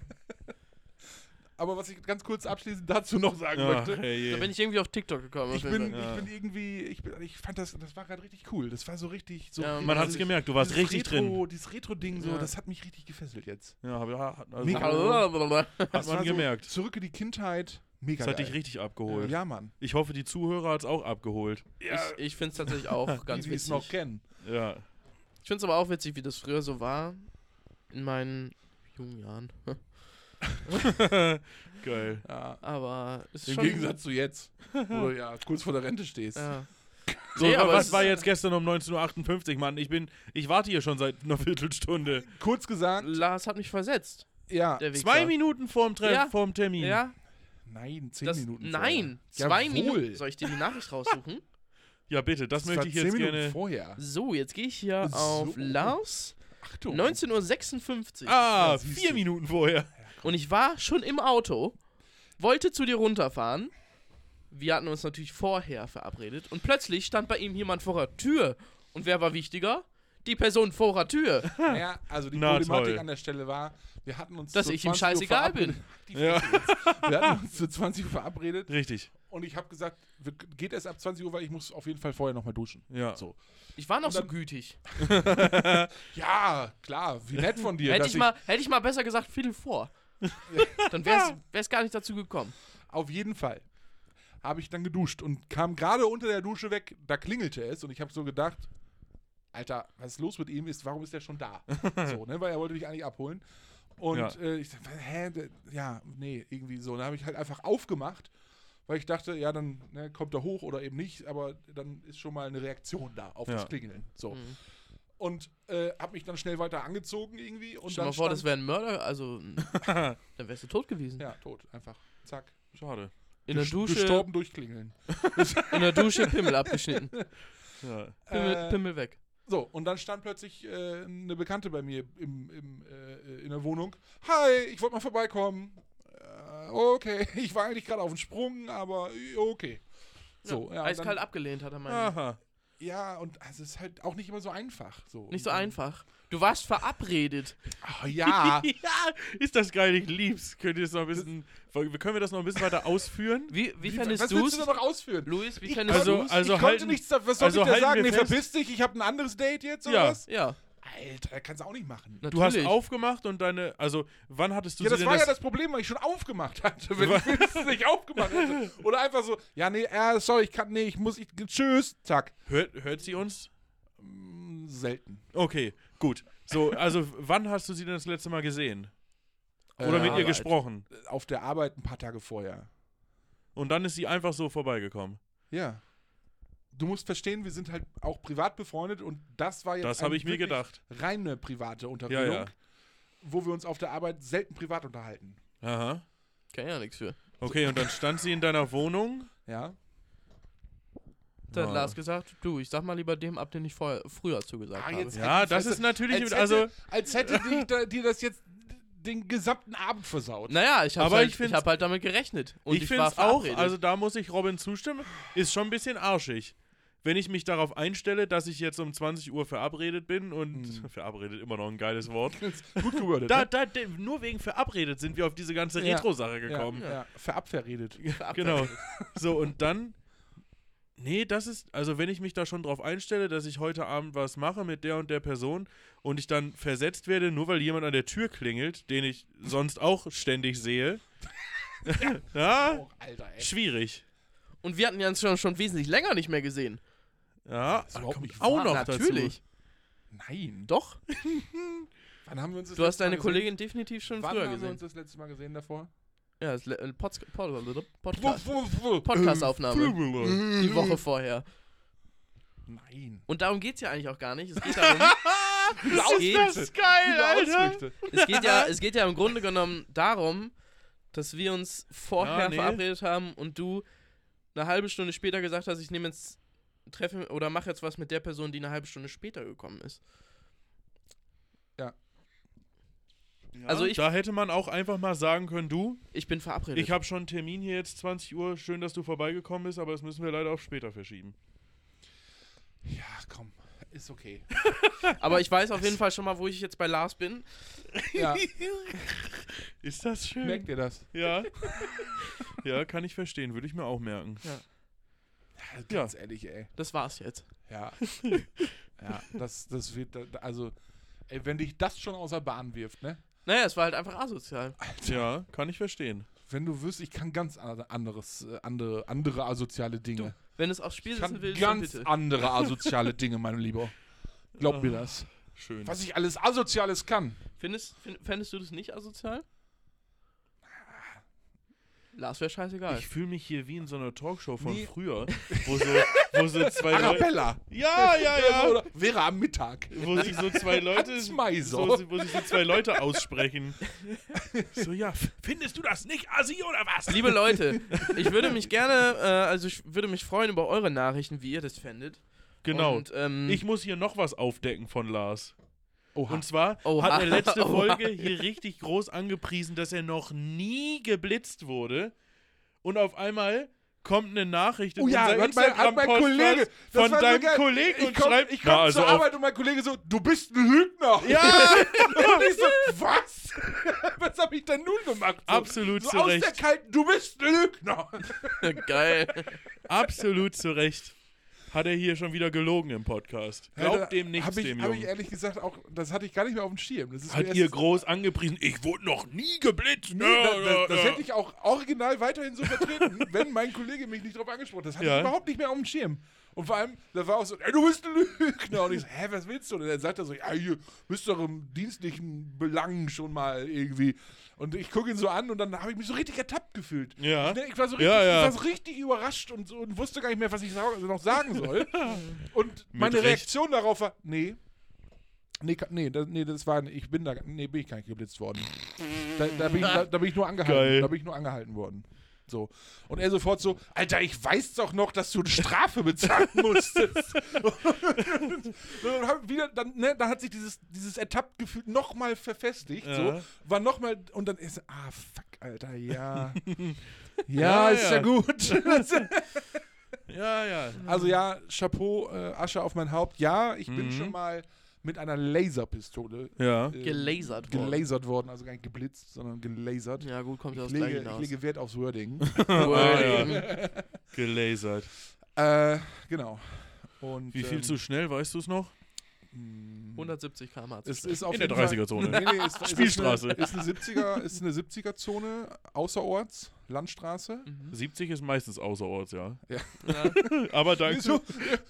aber was ich ganz kurz abschließend dazu noch sagen Ach, möchte. herrje. Da bin ich irgendwie auf TikTok gekommen. auf Ich jeden bin, Ja. ich bin irgendwie, ich, bin, ich fand das, das war gerade richtig cool. Das war so richtig, so Ja, richtig- Man hat also es ich- gemerkt, du warst dieses richtig drin. Retro, Dieses Retro-Ding, so, Ja. das hat mich richtig gefesselt jetzt. Ja, hab, ha- hat- also, Mega. Fall. hat war man gemerkt. So, zurück in die Kindheit, mega Das hat geil. dich richtig abgeholt. Ja, Mann. Ich hoffe, die Zuhörer hat es auch abgeholt. Ich, ich finde es tatsächlich auch ganz die, die es noch witzig. kennen. Ja. Ich finde es aber auch witzig, wie das früher so war. In meinen jungen Jahren. Geil. Ja. Aber es ist Im schon. Gegensatz zu jetzt, wo du ja kurz vor der Rente stehst. Ja. So, Nee, wa- aber was es- war jetzt gestern um 19.58 Uhr, Mann? Ich bin, ich warte hier schon seit einer Viertelstunde. Kurz gesagt, Lars hat mich versetzt. ja. Der Wichser. Zwei Minuten vorm, Tre Ja. vorm Termin. Ja, Nein, zehn das, Minuten. nein, vorher. zwei Jawohl. Minuten. Soll ich dir die Nachricht raussuchen? Ja, bitte, das, Das war möchte ich jetzt zehn Minuten gerne. vorher. So, jetzt gehe ich hier So. auf Laos. Achtung. 19.56 Uhr. Ah, Ja, siehst vier du. Minuten vorher. Und ich war schon im Auto, wollte zu dir runterfahren. Wir hatten uns natürlich vorher verabredet. Und plötzlich stand bei ihm jemand vor der Tür. Und wer war wichtiger? Die Person vor der Tür. Naja, also die Na, Problematik toll. an der Stelle war, wir hatten uns Dass zu ich ihm 20 Uhr scheißegal bin. verabredet. Die Ja. Fresse jetzt. Wir hatten uns zu 20 Uhr verabredet Richtig. und ich habe gesagt, wir- geht erst ab 20 Uhr, weil ich muss auf jeden Fall vorher nochmal duschen. Ja. So. Ich war noch Und so dann- gütig. Ja, klar, wie nett von dir. Hätte dass ich, mal, hätte ich mal besser gesagt, Viertel vor. Dann wäre es gar nicht dazu gekommen. Auf jeden Fall habe ich dann geduscht und kam gerade unter der Dusche weg, da klingelte es und ich habe so gedacht, Alter, was ist los mit ihm ist, warum ist der schon da? so, ne, weil er wollte mich eigentlich abholen. Und Ja. äh, ich dachte, hä, der- ja, nee, irgendwie so. Und dann habe ich halt einfach aufgemacht, weil ich dachte, ja, dann ne, kommt er hoch oder eben nicht, aber dann ist schon mal eine Reaktion da auf Ja. das Klingeln. So. Mhm. Und äh, habe mich dann schnell weiter angezogen irgendwie. Und Stell dir dann mal vor, das stand- wäre ein Mörder. Also, dann wärst du tot gewesen. Ja, tot, einfach. Zack. Schade. In der Gest- Dusche, Gestorben durch Klingeln. in der Dusche Pimmel abgeschnitten. Ja. Pimmel, Äh, Pimmel weg. So, und dann stand plötzlich äh, eine Bekannte bei mir im, im, äh, in der Wohnung. Hi, ich wollte mal vorbeikommen. Äh, okay, ich war eigentlich gerade auf dem Sprung, aber äh, okay. So, ja, Eiskalt dann- Ah. abgelehnt hat er meinen. Aha. Ja, und also es ist halt auch nicht immer so einfach. So. Nicht Und so dann- einfach. Du warst verabredet. Ach, ja. ja. Ist das geil, ich lieb's. Könnt ihr das noch ein bisschen. Können wir das noch ein bisschen weiter ausführen? Wie, wie, Wie- fändest was du willst du da es? noch ausführen? Luis, wie Ich fändest Also- du es? also ich konnte halten- nichts dafür. Was soll also ich dir halten sagen? wir Nee, fest- verpiss dich, ich habe ein anderes Date jetzt oder Ja. was? Ja, Alter, kannst du auch nicht machen. natürlich. Du hast aufgemacht und deine. Also, wann hattest du ja, sie das denn war ja das Problem, weil ich schon aufgemacht hatte, wenn ich es nicht aufgemacht hätte. Oder einfach so, ja, nee, äh, sorry, ich kann, nee, ich muss, ich, tschüss, zack. Hört, hört sie uns? Mm, Selten. Okay, gut. So, also wann hast du sie denn das letzte Mal gesehen? Oder Äh, mit ihr Arbeit. gesprochen? Auf der Arbeit ein paar Tage vorher. Und dann ist sie einfach so vorbeigekommen. Ja. Du musst verstehen, wir sind halt auch privat befreundet und das war jetzt Das habe eine ich mir wirklich gedacht. reine private Ja, Unterredung, ja. wo wir uns auf der Arbeit selten privat unterhalten. Aha. Kann ja nichts für. Okay, und dann stand sie in deiner Wohnung. Ja. Dann Ja. hat Lars gesagt, du, ich sag mal lieber dem ab, den ich vorher, früher zugesagt Ah, habe. jetzt- Ja, das Fresse. ist natürlich. Als Also, hätte, als hätte dich da, dir das jetzt den gesamten Abend versaut. Naja, ich habe Aber halt, ich ich find's- hab halt damit gerechnet. Und ich ich, finde war es auch, verabredet. also da muss ich Robin zustimmen, ist schon ein bisschen arschig. Wenn ich mich darauf einstelle, dass ich jetzt um 20 Uhr verabredet bin und Mhm. verabredet immer noch ein geiles Wort. Gut gewordet. Da, ne? da, de, nur wegen verabredet sind wir auf diese ganze Ja. Retro-Sache gekommen. Ja, ja. Verabverredet. Verabredet. Genau. So, und dann. Nee, das ist, also wenn ich mich da schon drauf einstelle, dass ich heute Abend was mache mit der und der Person und ich dann versetzt werde, nur weil jemand an der Tür klingelt, den ich sonst auch ständig sehe. ja, Oh, Alter, ey. schwierig. Und wir hatten ja uns schon, schon wesentlich länger nicht mehr gesehen. Ja, ist überhaupt kommt nicht auch wahr, noch Natürlich. Nein. Doch. Wann haben wir uns das Du hast letzte Mal deine gesehen? Kollegin definitiv schon Wann früher haben wir gesehen. uns das letzte Mal gesehen davor? Ja, das Le- äh, Pods- Pod- Podcast. dazu. Podcast-Aufnahme. Mhm. Die Woche vorher. Nein. Und darum geht's ja eigentlich auch gar nicht. Es geht darum, Das ist das geil, Alter. es geht ja, es geht ja im Grunde genommen darum, dass wir uns vorher Ja, nee. verabredet haben und du eine halbe Stunde später gesagt hast, ich nehme jetzt treffe oder mache jetzt was mit der Person, die eine halbe Stunde später gekommen ist. Also ich- da hätte man auch einfach mal sagen können, du, Ich bin verabredet. ich habe schon einen Termin hier jetzt 20 Uhr, schön, dass du vorbeigekommen bist, aber das müssen wir leider auf später verschieben. Ja, komm. Ist okay. Aber ich weiß auf jeden Fall schon mal, wo ich jetzt bei Lars bin. Ja, Ist das schön? merkt ihr das? Ja. ja, kann ich verstehen. Würde ich mir auch merken. Ja, ganz ehrlich, ey. Das war's jetzt. Ja. ja, das, das wird, da- also, ey, wenn dich das schon außer Bahn wirft, ne? Naja, es war halt einfach asozial. Alter, Ja, kann ich verstehen. wenn du wirst, ich kann ganz an- anderes, äh, andere, andere asoziale Dinge. Wenn es aufs Spiel ich sitzen kann will, dann ganz bitte. andere asoziale Dinge, mein Lieber. Glaub mir Ah. das. Schön. Was ich alles Asoziales kann. Findest, find, fändest du das nicht asozial? Ah. Lars wäre scheißegal. Ich fühle mich hier wie in so einer Talkshow von Nee. früher, wo so, wo so zwei Leute. Arabella. Ja, Äh, ja, ja. Oder wäre am Mittag. Wo sich so zwei Leute. Hans Meiser. So, wo sich so zwei Leute aussprechen. So, ja, findest du das nicht assi oder was? Liebe Leute, ich würde mich gerne, äh, also ich würde mich freuen über eure Nachrichten, wie ihr das fändet. Genau. Und, ähm, ich muss hier noch was aufdecken von Lars. Mhm. Oha. Und zwar Oha. hat er letzte Oha. Folge hier richtig groß angepriesen, dass er noch nie geblitzt wurde. Und auf einmal kommt eine Nachricht in Oh ja, unser hat mein, hat mein Instagram-Postfach Kollege das von war so deinem geil. Kollegen ich und komm, schreibt, ich na, also komm zur auf- Arbeit und mein Kollege so, du bist ein Lügner. Ja, genau. Und ich so, was? was hab ich denn nun gemacht? So, Absolut so zu aus Recht. der kalten, du bist ein Lügner. Geil. absolut zu Recht. Hat er hier schon wieder gelogen im Podcast. Ja, da Glaubt dem nichts, hab ich, dem Habe ich Jungen. ehrlich gesagt auch, das hatte ich gar nicht mehr auf dem Schirm. Das ist mir Hat erst- ihr groß angepriesen, ich wurde noch nie geblitzt. Nee, Ja, da, da, ja, das ja. hätte ich auch original weiterhin so vertreten, wenn mein Kollege mich nicht drauf angesprochen hat. Das hatte Ja. ich überhaupt nicht mehr auf dem Schirm. Und vor allem, da war auch so, ey, du bist ein Lügner. Und ich so, hä, was willst du? Und dann sagt er so, ja, ihr bist doch im dienstlichen Belang schon mal irgendwie. Und ich gucke ihn so an und dann habe ich mich so richtig ertappt gefühlt. Ja. Ich, ich, war so richtig, Ja, ja. ich war so richtig überrascht und, so, und wusste gar nicht mehr, was ich sa- noch sagen soll. Und Mit meine Recht. Reaktion darauf war, nee. Nee, ka- nee, das, nee, das war, ich bin da, nee, bin ich gar nicht geblitzt worden. Da, da, bin, ich, da, da bin ich nur angehalten. Geil. Da bin ich nur angehalten worden. So. Und er sofort so, Alter, ich weiß doch noch, dass du eine Strafe bezahlen musstest. Und dann, hab ich wieder, dann, ne, dann hat sich dieses, dieses Ertappt-Gefühl nochmal verfestigt. Ja. So. War nochmal, und dann ist, ah, fuck, Alter, ja. ja, Ja, ist ja, ja. gut. ja, ja. also ja, Chapeau, äh, Asche auf mein Haupt. Ja, ich bin Mhm. schon mal mit einer Laserpistole Ja. äh, Gelasert worden. gelasert worden. Also gar nicht geblitzt, sondern gelasert. Ja, gut, kommt ja ich, aus lege, gleichen ich hinaus. lege Wert aufs Wording. Wording. Gelasert. äh, genau. Und, Wie viel ähm, zu schnell, weißt du es noch? mh, 170 km/h. es ist auf In der jeden Fall- 30er-Zone. Nee, nee, es- es Spielstraße. Ist eine, ist eine 70er, ist eine 70er Zone außerorts, Landstraße. Mhm. 70 ist meistens außerorts, ja. Ja. Aber danke, Wieso?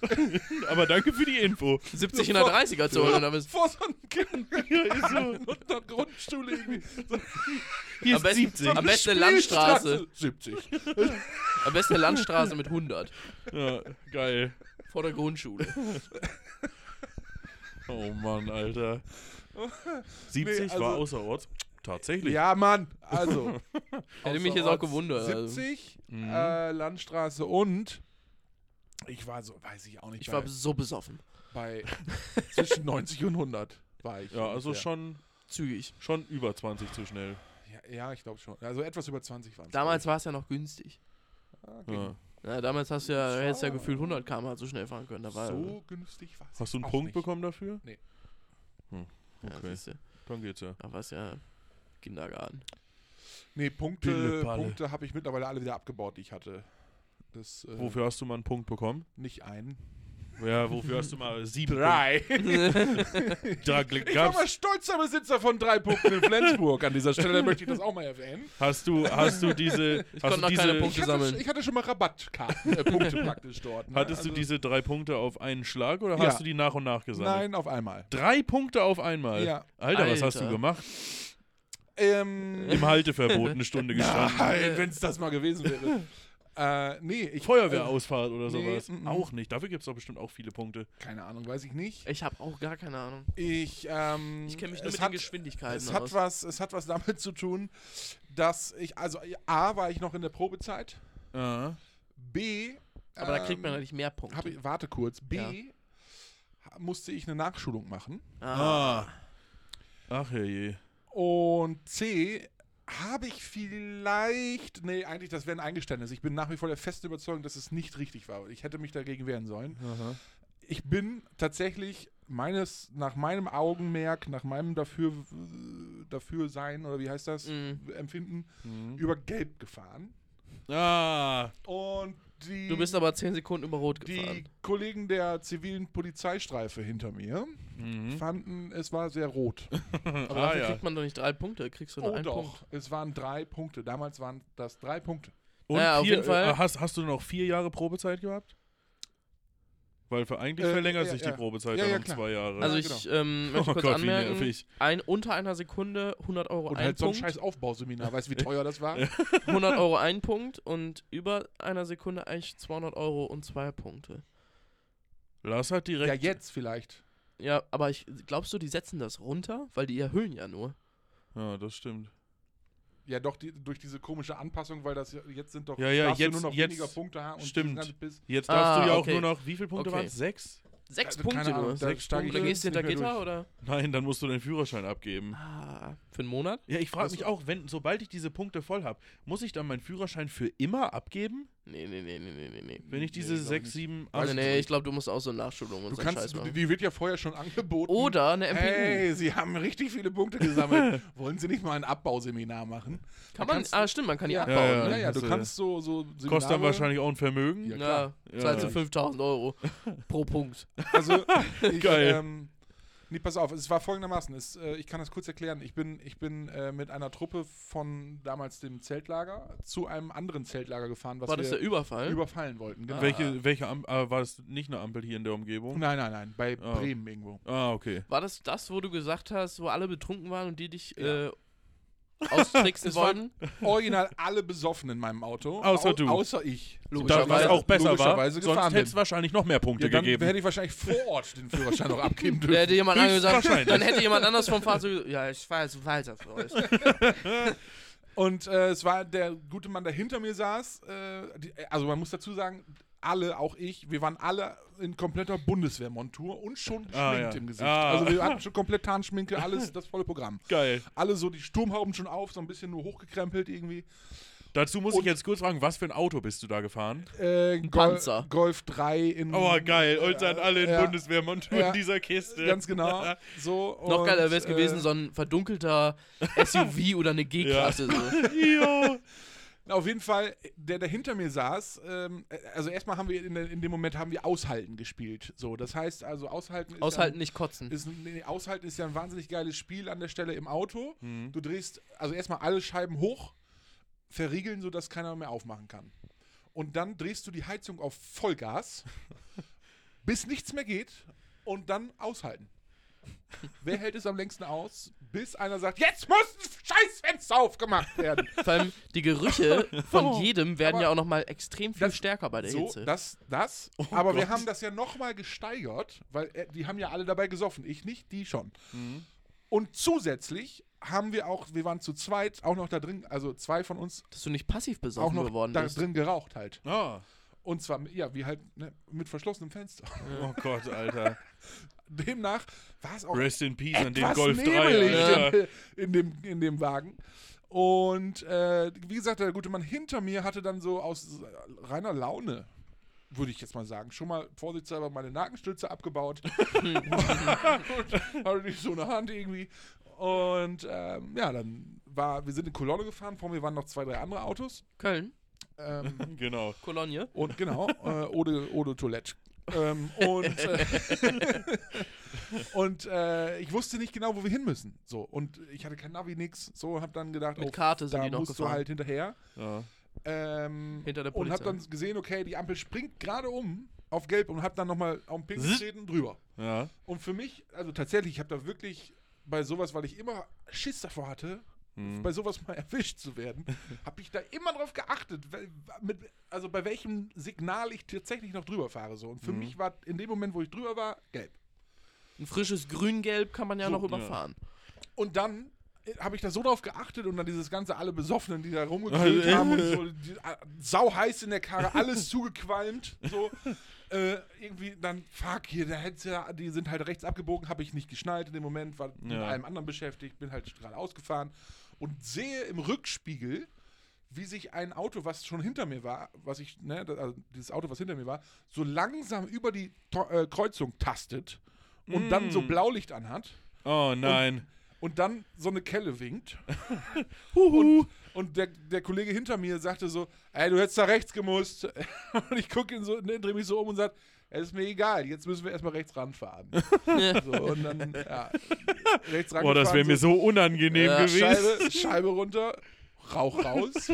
aber danke für die Info. 70 in der 30er-Zone. oder was? Vor so einem Kind Hier ist so, und einer Grundschule irgendwie. hier Am ist besten- 70. am besten eine Landstraße. 70. Am besten eine Landstraße mit 100. Ja, geil. Vor der Grundschule. Oh Mann, Alter. 70 Nee, also- war außerorts. Tatsächlich. Ja, Mann. Also. Hätte mich jetzt auch gewundert. also. 70, Mhm. äh, Landstraße und. Ich war so, weiß ich auch nicht, Ich bei, war so besoffen. bei zwischen 90 und 100 war ich. Ja, also ungefähr. schon, Zügig. schon über 20 zu schnell. Ja, ja ich glaube schon. Also etwas über 20 waren Damals war es ja noch günstig. Ja. Ja, damals hast du ja, Schau. hättest ja gefühlt 100 km/h so schnell fahren können. Da war So günstig war es. Hast du einen auch Punkt nicht. bekommen dafür? Nee. Hm. ja, Okay, siehste. dann geht's ja. da war es ja Kindergarten. Nee, Punkte, Pillepalle. Punkte habe ich mittlerweile alle wieder abgebaut, die ich hatte. Das, äh, Wofür hast du mal einen Punkt bekommen? Nicht einen. Ja, wofür hast du mal sieben Punkte? Da gl- Ich war mal gab's, stolzer Besitzer von drei Punkten in Flensburg. An dieser Stelle möchte ich das auch mal erwähnen. hast du, hast du diese, hast konnte du noch keine diese, Punkte- Ich hatte, sammeln. sch- ich hatte schon mal Rabattkarten, äh, Punkte praktisch dort. ne? hattest du Also- diese drei Punkte auf einen Schlag oder Ja. hast du die nach und nach gesammelt? Nein, auf einmal. Drei Punkte auf einmal. Ja. Alter, was hast du Alter. gemacht? Ähm, Im Halteverbot eine Stunde gestanden. nein, wenn es das mal gewesen wäre. äh, nee, ich. Feuerwehrausfahrt oder nee, sowas. mhm. Auch nicht. Dafür gibt's doch bestimmt auch viele Punkte. Keine Ahnung, weiß ich nicht. Ich habe auch gar keine Ahnung. Ich, ähm, Ich kenne mich nur mit es den hat, Geschwindigkeiten es aus. hat was, Es hat was damit zu tun, dass ich. Also, A, war ich noch in der Probezeit. Ah. B. Aber da kriegt man ähm, natürlich mehr Punkte. Hab ich, warte kurz. B. Ja. ha- Musste ich eine Nachschulung machen. ah. ah. Ach herrje. Und C. Habe ich vielleicht. Nee, eigentlich, das wäre ein Eingeständnis. Ich bin nach wie vor der festen Überzeugung, dass es nicht richtig war. Ich hätte mich dagegen wehren sollen. Aha. Ich bin tatsächlich meines, nach meinem Augenmerk, nach meinem dafür, dafür sein oder wie heißt das? Mhm. Empfinden, Mhm. über Gelb gefahren. Ah. Und die. Du bist aber 10 Sekunden über Rot die gefahren. Kollegen der zivilen Polizeistreife hinter mir Mhm. fanden, es war sehr rot. Aber ah, dafür ja. kriegt man doch nicht drei Punkte, kriegst du nur Oh einen doch, Punkt. es waren drei Punkte. Damals waren das drei Punkte. Und Naja, auf vier, jeden Fall. äh, Hast, hast du noch vier Jahre Probezeit gehabt? Weil für eigentlich Äh, verlängert ja, sich ja. die Probezeit Ja, dann ja, um klar. zwei Jahre. Also Ja, genau. ich ähm, möchte oh kurz Gott, wie anmerken, nervig. ein, unter einer Sekunde 100 Euro Und ein halt so ein Punkt, scheiß Aufbauseminar. Weißt du, wie teuer das war? 100 Euro ein Punkt und über einer Sekunde eigentlich 200 Euro und zwei Punkte. Lars hat ja, direkt. jetzt vielleicht. Ja, aber ich glaubst du, die setzen das runter? Weil die erhöhen ja nur. Ja, das stimmt. Ja, doch, die, durch diese komische Anpassung, weil das ja- jetzt sind doch Ja, ja, darfst du jetzt- nur noch jetzt- weniger Punkte haben. stimmt. das ganze Piss. Jetzt Ah, darfst du ja auch okay. nur noch. Wie viele Punkte Okay. waren es? Sechs? Sechs Also, Punkte keine Ahnung, nur. da Sechs steige ich Punkte. Oder gehst du jetzt hinter nicht mehr Gitter durch. oder? Nein, dann musst du deinen Führerschein abgeben. Ah, für einen Monat? Ja, ich frage Das- mich auch, wenn, sobald ich diese Punkte voll habe, muss ich dann meinen Führerschein für immer abgeben, Nee, nee, nee, nee, nee, nee, nee. wenn ich Nee, diese glaub sechs, nicht. sieben, Weiß acht. Also, nee, ich glaube, du musst auch so eine Nachschulung und Du so einen Scheiß kannst, du, machen. die wird ja vorher schon angeboten. Oder eine MPU. Hey, sie haben richtig viele Punkte gesammelt. Wollen sie nicht mal ein Abbauseminar machen? kann man, kannst du- ah, stimmt, man kann die Ja, abbauen. ja, Ja, ne? ja, du also, kannst so, so Kostet dann Seminare- wahrscheinlich auch ein Vermögen. Ja, Ja, klar. Ja. zahlst du 5000 Euro pro Punkt. Also, ich, Geil. Ähm, nee, pass auf, es war folgendermaßen. Es, äh, ich kann das kurz erklären. Ich bin, ich bin äh, mit einer Truppe von damals dem Zeltlager zu einem anderen Zeltlager gefahren, was War das der wir Überfall? überfallen wollten. Genau. Welche, welche Am äh, war das nicht eine Ampel hier in der Umgebung? Nein, nein, nein, bei Ah. Bremen irgendwo. Ah, okay. War das das, wo du gesagt hast, wo alle betrunken waren und die dich Ja. äh, austricksen Es war- wollten? Original alle besoffen in meinem Auto. Außer Au- du. Außer ich. Da Logischerweise. war es auch besser war, Logischerweise sonst gefahren hätte es bin. wahrscheinlich noch mehr Punkte Ja, dann gegeben. hätte ich wahrscheinlich vor Ort den Führerschein noch abgeben Da dürfen. hätte jemand angesagt, Höchstwahrscheinlich. dann hätte jemand anders vom Fahrzeug ja, ich fahre jetzt weiter für euch. Und äh, es war der gute Mann, der hinter mir saß. Äh, die, also man muss dazu sagen, alle, auch ich, wir waren alle in kompletter Bundeswehrmontur und schon geschminkt Ah, ja. im Gesicht. Ah. Also wir hatten schon komplett Tarnschminke, alles, das volle Programm. Geil. Alle so die Sturmhauben schon auf, so ein bisschen nur hochgekrempelt irgendwie. Dazu muss ich Und- jetzt kurz fragen, was für ein Auto bist du da gefahren? Äh, Gol Panzer. Golf 3 in. Oh, geil. Und dann alle in ja. Bundeswehrmontur Ja. in dieser Kiste. Ganz genau. So, Noch und, geiler wäre es gewesen, äh, so ein verdunkelter SUV oder eine G-Klasse. So. Jo. äh, Auf jeden Fall, der, der hinter mir saß, ähm, also erstmal haben wir in, der- in dem Moment haben wir Aushalten gespielt. So, das heißt also Aushalten ist Aushalten, Ja, nicht kotzen. ist, nee, Aushalten ist ja ein wahnsinnig geiles Spiel an der Stelle im Auto. Hm. Du drehst also erstmal alle Scheiben hoch, verriegeln, sodass keiner mehr aufmachen kann. Und dann drehst du die Heizung auf Vollgas, bis nichts mehr geht und dann aushalten. Wer hält es am längsten aus, bis einer sagt, jetzt muss ein scheiß Fenster aufgemacht werden. Vor allem die Gerüche von jedem werden Aber ja auch nochmal extrem viel das- stärker bei der So, Hitze. Oh das, das. aber wir Gott. haben das ja nochmal gesteigert, weil äh, die haben ja alle dabei gesoffen. Ich nicht, die schon. Mhm. Und zusätzlich haben wir auch, wir waren zu zweit auch noch da drin, also zwei von uns Dass du nicht passiv auch besoffen noch geworden da bist. drin geraucht halt. Ah. Und zwar, mit- ja, wie halt ne, mit verschlossenem Fenster. Oh Gott, Alter. Demnach war es auch Rest in Peace an den etwas Golf 3. nebelig Alter. in, dem, in dem Wagen. Und äh, wie gesagt, der gute Mann hinter mir hatte dann so aus reiner Laune, würde ich jetzt mal sagen, schon mal vorsichtshalber meine Nackenstütze abgebaut. Und hatte nicht so eine Hand irgendwie. Und ähm, ja, dann war, wir sind in Kolonne gefahren, vor mir waren noch zwei, drei andere Autos. Köln, Ähm, Genau. Kolonie. und genau, äh, Ode, Ode Toilette. Ähm, und äh, und äh, ich wusste nicht genau, wo wir hin müssen. So, und ich hatte kein Navi, nix. So, hab dann gedacht, Mit oh, Karte sind da die noch musst du gefahren. halt hinterher. Ja. Ähm, Hinter der und hab Polizei. dann gesehen, okay, die Ampel springt gerade um auf Gelb und hab dann nochmal auf den Pink Zzz. getreten drüber. ja. Und für mich, also tatsächlich, ich hab da wirklich bei sowas, weil ich immer Schiss davor hatte, Hm. bei sowas mal erwischt zu werden, habe ich da immer drauf geachtet, wel- mit, also bei welchem Signal ich tatsächlich noch drüber fahre. So. Und für Mhm. mich war in dem Moment, wo ich drüber war, gelb. Ein frisches Grüngelb kann man ja So, noch ja. überfahren. Und dann äh, habe ich da so drauf geachtet und dann dieses ganze alle Besoffenen, die da rumgekillt haben und so, die, äh, sau heiß in der Karre, alles zugequalmt, so. Äh, irgendwie dann, fuck, hier, da hätt's ja, die sind halt rechts abgebogen, habe ich nicht geschnallt in dem Moment, war mit Ja. allem anderen beschäftigt, bin halt gerade ausgefahren und sehe im Rückspiegel, wie sich ein Auto, was schon hinter mir war, was ich, ne, da- also dieses Auto, was hinter mir war, so langsam über die To- äh, Kreuzung tastet und dann so Mm. Blaulicht anhat Oh nein. und dann so eine Kelle winkt. Huhu. Und der, der Kollege hinter mir sagte so, ey, du hättest da rechts gemusst. Und ich gucke ihn so, ne, drehe mich so um und sage, es ist mir egal, jetzt müssen wir erstmal rechts ranfahren. so, und dann, ja, rechts rangefahren. Boah, das wäre mir so unangenehm Ja, gewesen. Scheibe, Scheibe runter, Rauch raus.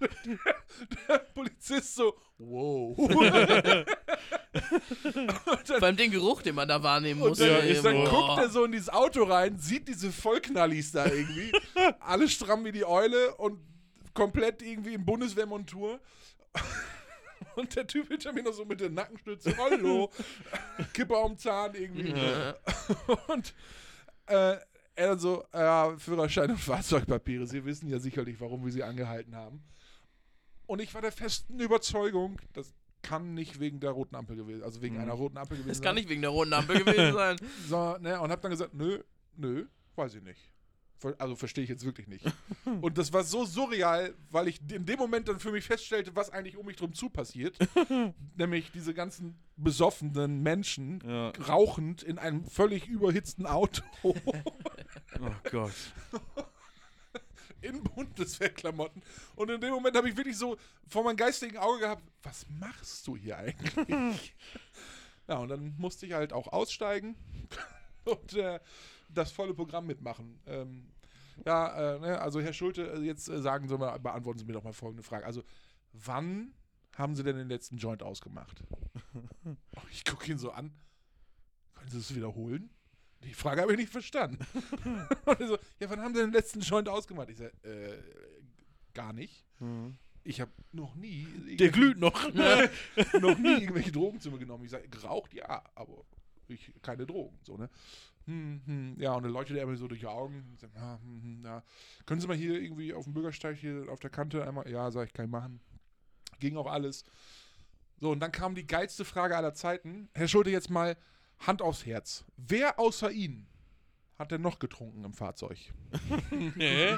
der, der Polizist so, wow. Vor allem den Geruch, den man da wahrnehmen muss. Und dann, Ja, ey, ist dann boah. guckt er so in dieses Auto rein, sieht diese Vollknallis da irgendwie, alle stramm wie die Eule und komplett irgendwie in Bundeswehrmontur. Und der Typ hinter mir noch so mit der Nackenstütze, hallo, Kippe am Zahn irgendwie. Ja. Und äh, er dann so, ja, Führerschein und Fahrzeugpapiere, Sie wissen ja sicherlich, warum wir Sie angehalten haben. Und ich war der festen Überzeugung, das kann nicht wegen der roten Ampel gewesen, also wegen Mhm. einer roten Ampel gewesen Das sein. kann nicht wegen der roten Ampel gewesen sein. So, ne, und hab dann gesagt, nö, nö, weiß ich nicht. Ver- Also verstehe ich jetzt wirklich nicht. Und das war so surreal, weil ich in dem Moment dann für mich feststellte, was eigentlich um mich drum zu passiert. Nämlich diese ganzen besoffenen Menschen Ja. rauchend in einem völlig überhitzten Auto Oh Gott. in Bundeswehrklamotten. Und in dem Moment habe ich wirklich so vor meinem geistigen Auge gehabt, was machst du hier eigentlich? ja, und dann musste ich halt auch aussteigen und äh, das volle Programm mitmachen. Ähm, ja, äh, ne, also Herr Schulte, äh, jetzt äh, sagen Sie mal, beantworten Sie mir doch mal folgende Frage. Also, wann haben Sie denn den letzten Joint ausgemacht? Oh, ich gucke ihn so an. Können Sie es wiederholen? Die Frage habe ich nicht verstanden. Und er so, Also, ja, wann haben Sie den letzten Joint ausgemacht? Ich sage, äh, gar nicht. Mhm. Ich habe noch nie. Der glüht noch. noch nie irgendwelche Drogen zu mir genommen. Ich sage, geraucht, ja, aber ich, keine Drogen. So, ne? Hm, hm, ja, und dann leuchtet er mir so durch die Augen. Ich Sag, ja, hm, hm, ja. Können Sie mal hier irgendwie auf dem Bürgersteig hier auf der Kante einmal, ja, sag ich, kann ich machen. Ging auch alles. So, und dann kam die geilste Frage aller Zeiten. Herr Schulte, jetzt mal Hand aufs Herz. Wer außer Ihnen hat denn noch getrunken im Fahrzeug? Nee.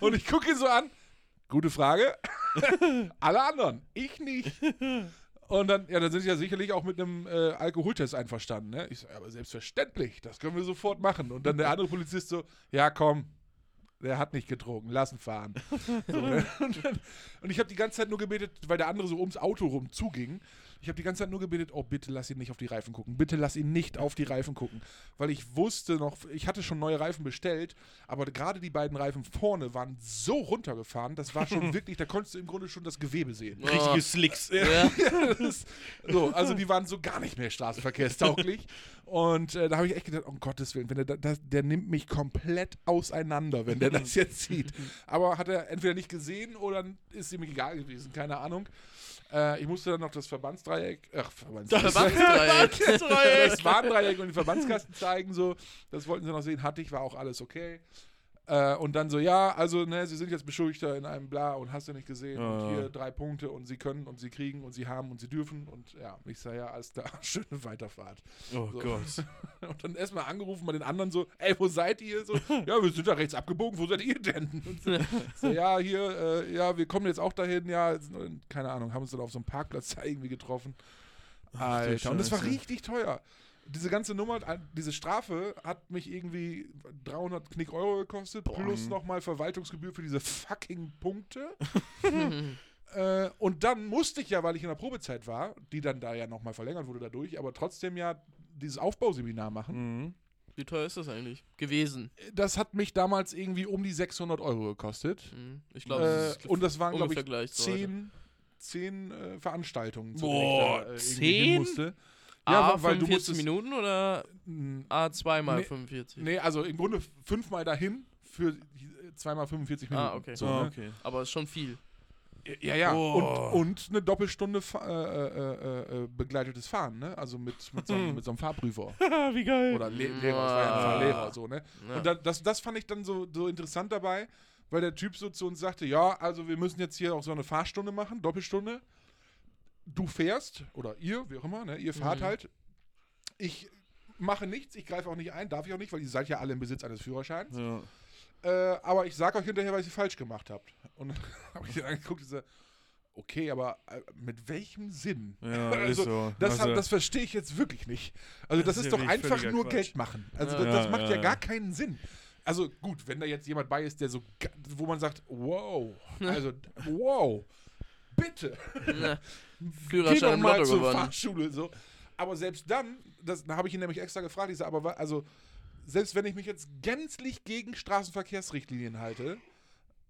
Und ich gucke ihn so an. Gute Frage. Alle anderen. Ich nicht. Und dann, ja, dann sind sie ja sicherlich auch mit einem äh, Alkoholtest einverstanden. Ne? Ich so, ja, aber selbstverständlich, das können wir sofort machen. Und dann der andere Polizist so, ja, komm, der hat nicht getrunken, lassen fahren. So, ne? und, dann, und ich habe die ganze Zeit nur gebetet, weil der andere so ums Auto rum zuging. Ich habe die ganze Zeit nur gebetet, oh, bitte lass ihn nicht auf die Reifen gucken. Bitte lass ihn nicht auf die Reifen gucken. Weil ich wusste noch, ich hatte schon neue Reifen bestellt, aber gerade die beiden Reifen vorne waren so runtergefahren, das war schon wirklich, da konntest du im Grunde schon das Gewebe sehen. Richtige Slicks. Ja. Ja, das ist, so, also die waren so gar nicht mehr straßenverkehrstauglich. Und äh, da habe ich echt gedacht, um Gottes Willen, wenn der, da- das, der nimmt mich komplett auseinander, wenn der das jetzt sieht. Aber hat er entweder nicht gesehen oder ist ihm egal gewesen, keine Ahnung. Äh, ich musste dann noch das Verbandsdreieck, ach, Verbandsdreieck. Verbandsdreieck. das Warndreieck und um den Verbandskasten zeigen, so, das wollten sie noch sehen, hatte ich, war auch alles okay. Äh, und dann so, ja, also, ne, sie sind jetzt Beschuldigter in einem Bla und hast du nicht gesehen. Ja, Und ja. hier drei Punkte und sie können und sie kriegen und sie haben und sie dürfen. Und ja, ich sage, ja, alles klar, schöne Weiterfahrt. Oh So. Gott. Und dann erstmal angerufen bei den anderen so, ey, wo seid ihr? So, ja, wir sind da rechts abgebogen, wo seid ihr denn? Und so, so, ja, hier, äh, ja, wir kommen jetzt auch dahin, ja, jetzt, äh, keine Ahnung, haben uns dann auf so einem Parkplatz da irgendwie getroffen. Alter, und das war Scheiße. richtig teuer. Diese ganze Nummer, äh, diese Strafe hat mich irgendwie 300 Knick Euro gekostet, plus nochmal Verwaltungsgebühr für diese fucking Punkte. Mhm. Äh, und dann musste ich ja, weil ich in der Probezeit war, die dann da ja nochmal verlängert wurde dadurch, aber trotzdem ja dieses Aufbauseminar machen. Mhm. Wie teuer ist das eigentlich? Gewesen. Das hat mich damals irgendwie um die 600 Euro gekostet. Mhm. Ich glaube, Äh, das ist und das waren, glaube ungefähr ich, gleich zu heute. zehn, zehn äh, Veranstaltungen. zu Boah, denen ich da, zehn? äh, irgendwie Ah, hin musste. A Ja, weil du 45 musstest. Minuten oder Minuten? A2 mal Nee, 45? Nee, also im Grunde fünfmal dahin für die- zweimal 45 Minuten. Ah, okay. So, Ah, ne? okay. Aber ist schon viel. Ja, ja. Boah. Und, und eine Doppelstunde fa- äh, äh, äh, äh, begleitetes Fahren, ne? Also mit, mit, so, Hm. einem, mit so einem Fahrprüfer. Wie geil. Oder Le Lehrer, es war Ah. ja ein Fahrlehrer, so, ne? Ja. Und dann, das, das fand ich dann so, so interessant dabei, weil der Typ so zu uns sagte, ja, also wir müssen jetzt hier auch so eine Fahrstunde machen, Doppelstunde. Du fährst, oder ihr, wie auch immer, ne? ihr fahrt Mhm. halt. Ich mache nichts, ich greife auch nicht ein, darf ich auch nicht, weil ihr seid ja alle im Besitz eines Führerscheins. ja. Äh, aber ich sag euch hinterher, was ihr falsch gemacht habt. Und dann habe ich ihn angeguckt und gesagt, okay, aber äh, mit welchem Sinn? ja, ist Also, so. Das, Also, hab- das verstehe ich jetzt wirklich nicht. Also, das, Das ist ist ja doch wirklich einfach völliger nur Quatsch. Geld machen. Also, Ja. das, das Ja, macht ja, ja, ja. gar keinen Sinn. Also, gut, wenn da jetzt jemand bei ist, der so, ga- wo man sagt, wow, also, wow, bitte, geh Führerschein doch im mal Lotto zur gewonnen. Fahrschule. So. Aber selbst dann, das da habe ich ihn nämlich extra gefragt, ich sage, aber wa- also, selbst wenn ich mich jetzt gänzlich gegen Straßenverkehrsrichtlinien halte,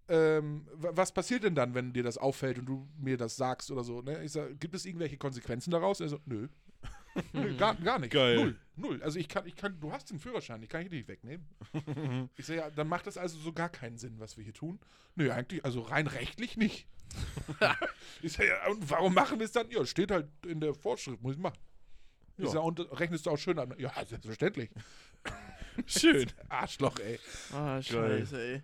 ähm, wa- was passiert denn dann, wenn dir das auffällt und du mir das sagst oder so? Ne? Ich sag, gibt es irgendwelche Konsequenzen daraus? Er so, nö. nö gar, gar nicht. Hm. Geil. Null. Null. Also ich kann, ich kann, du hast den Führerschein, ich kann ihn nicht wegnehmen. ich sage, ja, dann macht das also so gar keinen Sinn, was wir hier tun. Nö, eigentlich, also rein rechtlich nicht. ich sage, ja, und warum machen wir es dann? Ja, steht halt in der Vorschrift, muss ich machen. Ich Ja. sag, und rechnest du auch schön an? Ja, selbstverständlich. Schön. Arschloch, ey. Ah, scheiße, ey.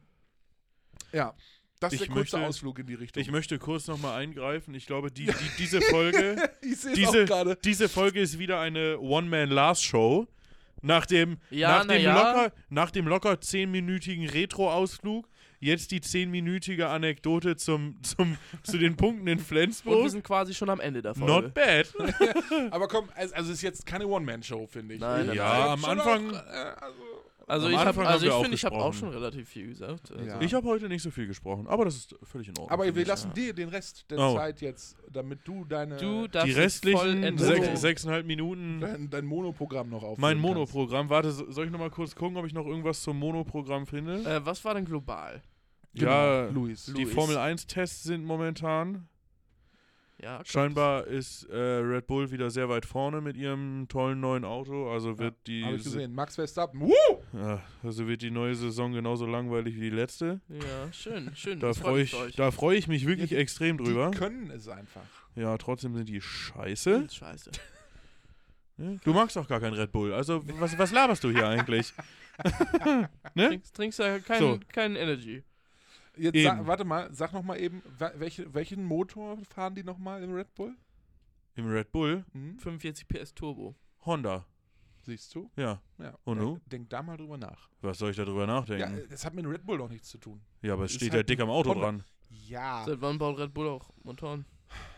Ja. Das ist Ich der kurze möchte- Ausflug in die Richtung. Ich möchte kurz nochmal eingreifen. Ich glaube, die, die, diese Folge. ich sehe diese, diese Folge ist wieder eine One-Man-Last-Show. Nach dem, Ja, nach, na dem ja. locker, nach dem locker 10-minütigen Retro-Ausflug jetzt die 10-minütige Anekdote zum, zum, zu den Punkten in Und wir Flensburg. sind quasi schon am Ende der Folge. Not bad. Aber komm, also, also es ist jetzt keine One-Man-Show, finde ich. Nein, nein, Ja, nein. am Schon Anfang- Auch, äh, also, also Am ich, hab, Anfang haben also wir ich auch finde, ich habe auch gesprochen. schon relativ viel gesagt. Also. Ja. Ich habe heute nicht so viel gesprochen, aber das ist völlig in Ordnung. aber für wir mich. lassen dir den Rest der Oh. Zeit jetzt, damit du deine Du darfst die jetzt voll restlichen enden. sech, Oh. sechseinhalb Minuten. dein, dein Monoprogramm noch aufnehmen Mein kannst. Monoprogramm. Warte, so- soll ich nochmal kurz gucken, ob ich noch irgendwas zum Monoprogramm finde? Äh, was war denn global? Genau, ja, Luis. die Luis. Formel 1-Tests sind momentan. Ja, kommt. Scheinbar ist äh, Red Bull wieder sehr weit vorne mit ihrem tollen neuen Auto. Also wird die Habe ich Se- gesehen. Max Verstappen. Woo! Ja, also wird die neue Saison genauso langweilig wie die letzte. Ja, schön, schön. Da Hm, das freue freut ich, mich für euch. da freu ich mich wirklich Ja, die- extrem drüber. Die können es einfach. Ja, trotzdem sind die scheiße. Hm, Scheiße. Ja, Hm. Du magst doch gar keinen Red Bull. Also was, was laberst du hier eigentlich? ne? Trinkst, trinkst ja keinen So. keinen Energy. Jetzt sa- Eben. warte mal, sag noch mal eben, wa- welche, welchen Motor fahren die noch mal im Red Bull? Im Red Bull? Hm? 45 PS Turbo. Honda. Siehst du? Ja. Ja. Äh, Und du? Denk da mal drüber nach. Was soll ich darüber Ja, äh, nachdenken? das hat mit Red Bull auch nichts zu tun. Ja, aber es ist steht halt ja dick am Auto Honda. dran. Ja, Seit wann baut Red Bull auch Motoren?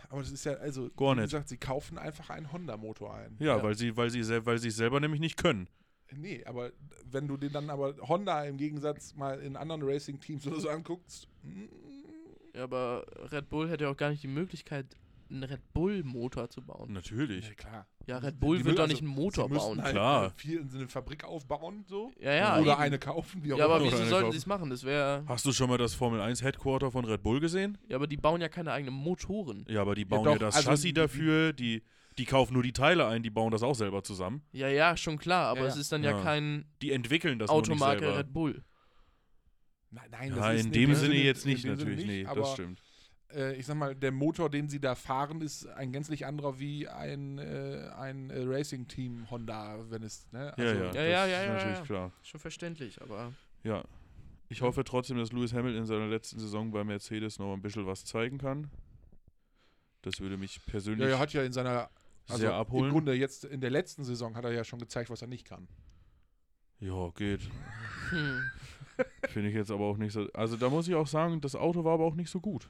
aber das ist ja, also, Gar wie nicht. gesagt, sie kaufen einfach einen Honda-Motor ein. Ja, Ja. Weil, sie, weil, sie, sel- weil sie es selber nämlich nicht können. Nee, aber wenn du den dann aber Honda im Gegensatz mal in anderen Racing-Teams oder so anguckst, mm, Ja, aber Red Bull hätte ja auch gar nicht die Möglichkeit, einen Red Bull-Motor zu bauen. Natürlich. ja, klar. Ja, Die- Red Bull die wird mü- also doch nicht einen Sie Motor müssten bauen. Halt Klar. äh, Viel in so eine Fabrik aufbauen, so. Ja, ja. oder eben. eine kaufen, wie auch Ja, aber immer. Oder wieso eine sollten kaufen. sie es machen? Das wäre. Hast du schon mal das Formel 1 Headquarter von Red Bull gesehen? Ja, aber die bauen ja keine eigenen Motoren. Ja, aber die bauen ja, doch, das also die- Chassis dafür, die, die kaufen nur die Teile ein, die bauen das auch selber zusammen. Ja, ja, schon klar, aber Ja, es ja. ist dann ja, Ja. kein Die entwickeln das nur nicht Automarke selber. Red Bull. Nein, nein, das ja, ist in dem dem Sinne jetzt nicht, in dem Sinne natürlich. nicht, nee, aber das stimmt. äh, ich sag mal, der Motor, den sie da fahren, ist ein gänzlich anderer wie ein, äh, ein äh, Racing-Team Honda, wenn es, ne? Ja, ja, Ja, das ja, ja, ist ja, natürlich ja. klar. Schon verständlich, aber. Ja. Ich hoffe trotzdem, dass Lewis Hamilton in seiner letzten Saison bei Mercedes noch ein bisschen was zeigen kann. Das würde mich persönlich Ja, er hat ja in seiner, also sehr abholen. im Grunde jetzt in der letzten Saison hat er ja schon gezeigt, was er nicht kann. ja, geht. Hm. Finde ich jetzt aber auch nicht so. Also da muss ich auch sagen, das Auto war aber auch nicht so gut.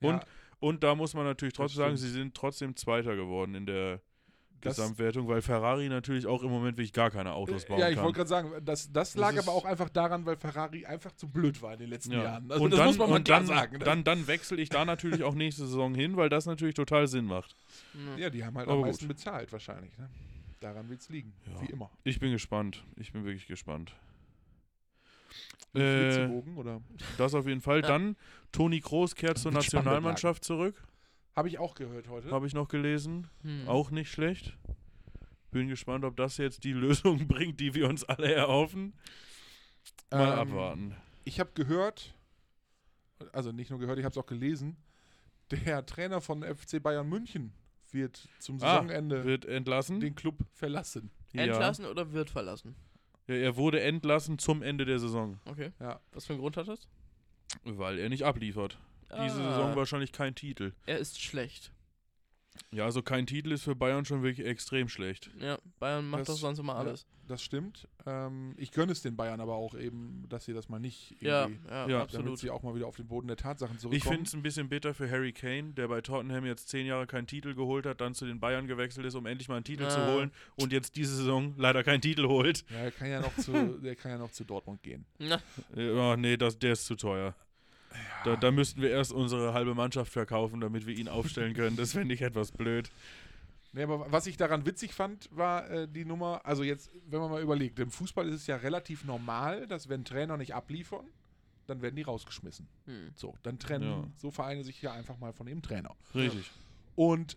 Ja, Und Und da muss man natürlich Das trotzdem sagen, stimmt. sie sind trotzdem Zweiter geworden in der das- Gesamtwertung, weil Ferrari natürlich auch im Moment wirklich gar keine Autos Äh, bauen Ja, ich kann. wollte gerade sagen, das, das lag ist- aber auch einfach daran, weil Ferrari einfach zu blöd war in den letzten Ja. Jahren. Also und das dann, muss man mal und klar dann, sagen. ne? Dann, dann wechsle ich da natürlich auch nächste Saison hin, weil das natürlich total Sinn macht. Hm. ja, die haben halt Aber am gut. meisten bezahlt wahrscheinlich. Ne? Daran wird es liegen, Ja. wie immer. Ich bin gespannt. Ich bin wirklich gespannt. Äh, Flitzebogen oder? Das auf jeden Fall. Ja. Dann Toni Kroos kehrt zur Mit Spannbettlagen. Nationalmannschaft zurück, Habe ich auch gehört heute. habe ich noch gelesen. Hm. Auch nicht schlecht. Bin gespannt, ob das jetzt die Lösung bringt, die wir uns alle erhoffen. Mal Ähm, abwarten. Ich habe gehört, also nicht nur gehört, ich habe es auch gelesen, der Trainer von FC Bayern München wird zum Ah, Hm? Saisonende Wird entlassen. den Club verlassen. Entlassen oder wird verlassen? Ja. ja, er wurde entlassen zum Ende der Saison, Okay. Ja. Was für einen Grund hat das? weil er nicht abliefert. Diese Ah, Saison wahrscheinlich kein Titel. Er ist schlecht. Ja, also kein Titel ist für Bayern schon wirklich extrem schlecht. Ja, Bayern macht Das- doch sonst immer ja. alles. Das stimmt. Ähm, ich gönne es den Bayern aber auch eben, dass sie das mal nicht irgendwie Ja, ja, Ja. Damit absolut. sie auch mal wieder auf den Boden der Tatsachen Ich zurückkommen. finde es ein bisschen bitter für Harry Kane, der bei Tottenham jetzt zehn Jahre keinen Titel geholt hat, dann zu den Bayern gewechselt ist, um endlich mal einen Titel zu Ah. holen und jetzt diese Saison leider keinen Titel holt. ja, er kann ja noch zu, der kann ja noch zu Dortmund gehen. Na, Äh, Oh, nee, das, der ist zu teuer. Da, da müssten wir erst unsere halbe Mannschaft verkaufen, damit wir ihn aufstellen können. Das fände ich etwas blöd. Nee, aber was ich daran witzig fand, war äh, die Nummer, also jetzt, wenn man mal überlegt, im Fußball ist es ja relativ normal, dass wenn Trainer nicht abliefern, dann werden die rausgeschmissen. hm. So, dann trennen Ja. so Vereine sich ja einfach mal von dem Trainer. Richtig. Und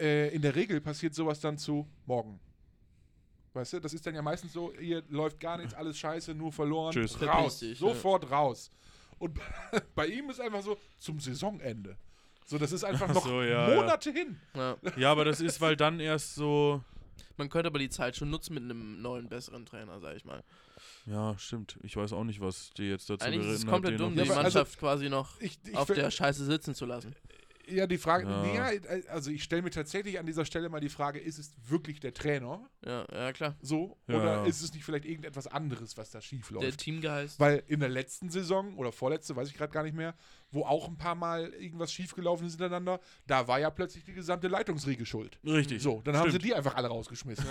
äh, in der Regel passiert sowas dann zu morgen. Weißt du, das ist dann ja meistens so, ihr läuft gar nichts, alles scheiße, nur verloren. Tschüss. Raus, Verpiss dich, ja. sofort raus. Und bei ihm ist einfach so, zum Saisonende. So, das ist einfach Ach noch so, ja, Monate hin. ja. Ja, aber das ist, weil dann erst so. Man könnte aber die Zeit schon nutzen mit einem neuen, besseren Trainer, sag ich mal. Ja, stimmt. Ich weiß auch nicht, was die jetzt dazu Eigentlich ist es geritten komplett hat, den dumm, noch- die Ja, aber also- Mannschaft quasi noch Ich, ich auf ver- der Scheiße sitzen zu lassen. ja, die Frage, Ja. ja. also ich stelle mir tatsächlich an dieser Stelle mal die Frage, ist es wirklich der Trainer Ja, ja klar. so? Ja, ja. Oder ist es nicht vielleicht irgendetwas anderes, was da schief läuft? Der Teamgeist. Weil in der letzten Saison oder vorletzte, weiß ich gerade gar nicht mehr, wo auch ein paar Mal irgendwas schiefgelaufen ist hintereinander, da war ja plötzlich die gesamte Leitungsriege schuld. Richtig. So, dann haben sie Stimmt. die einfach alle rausgeschmissen.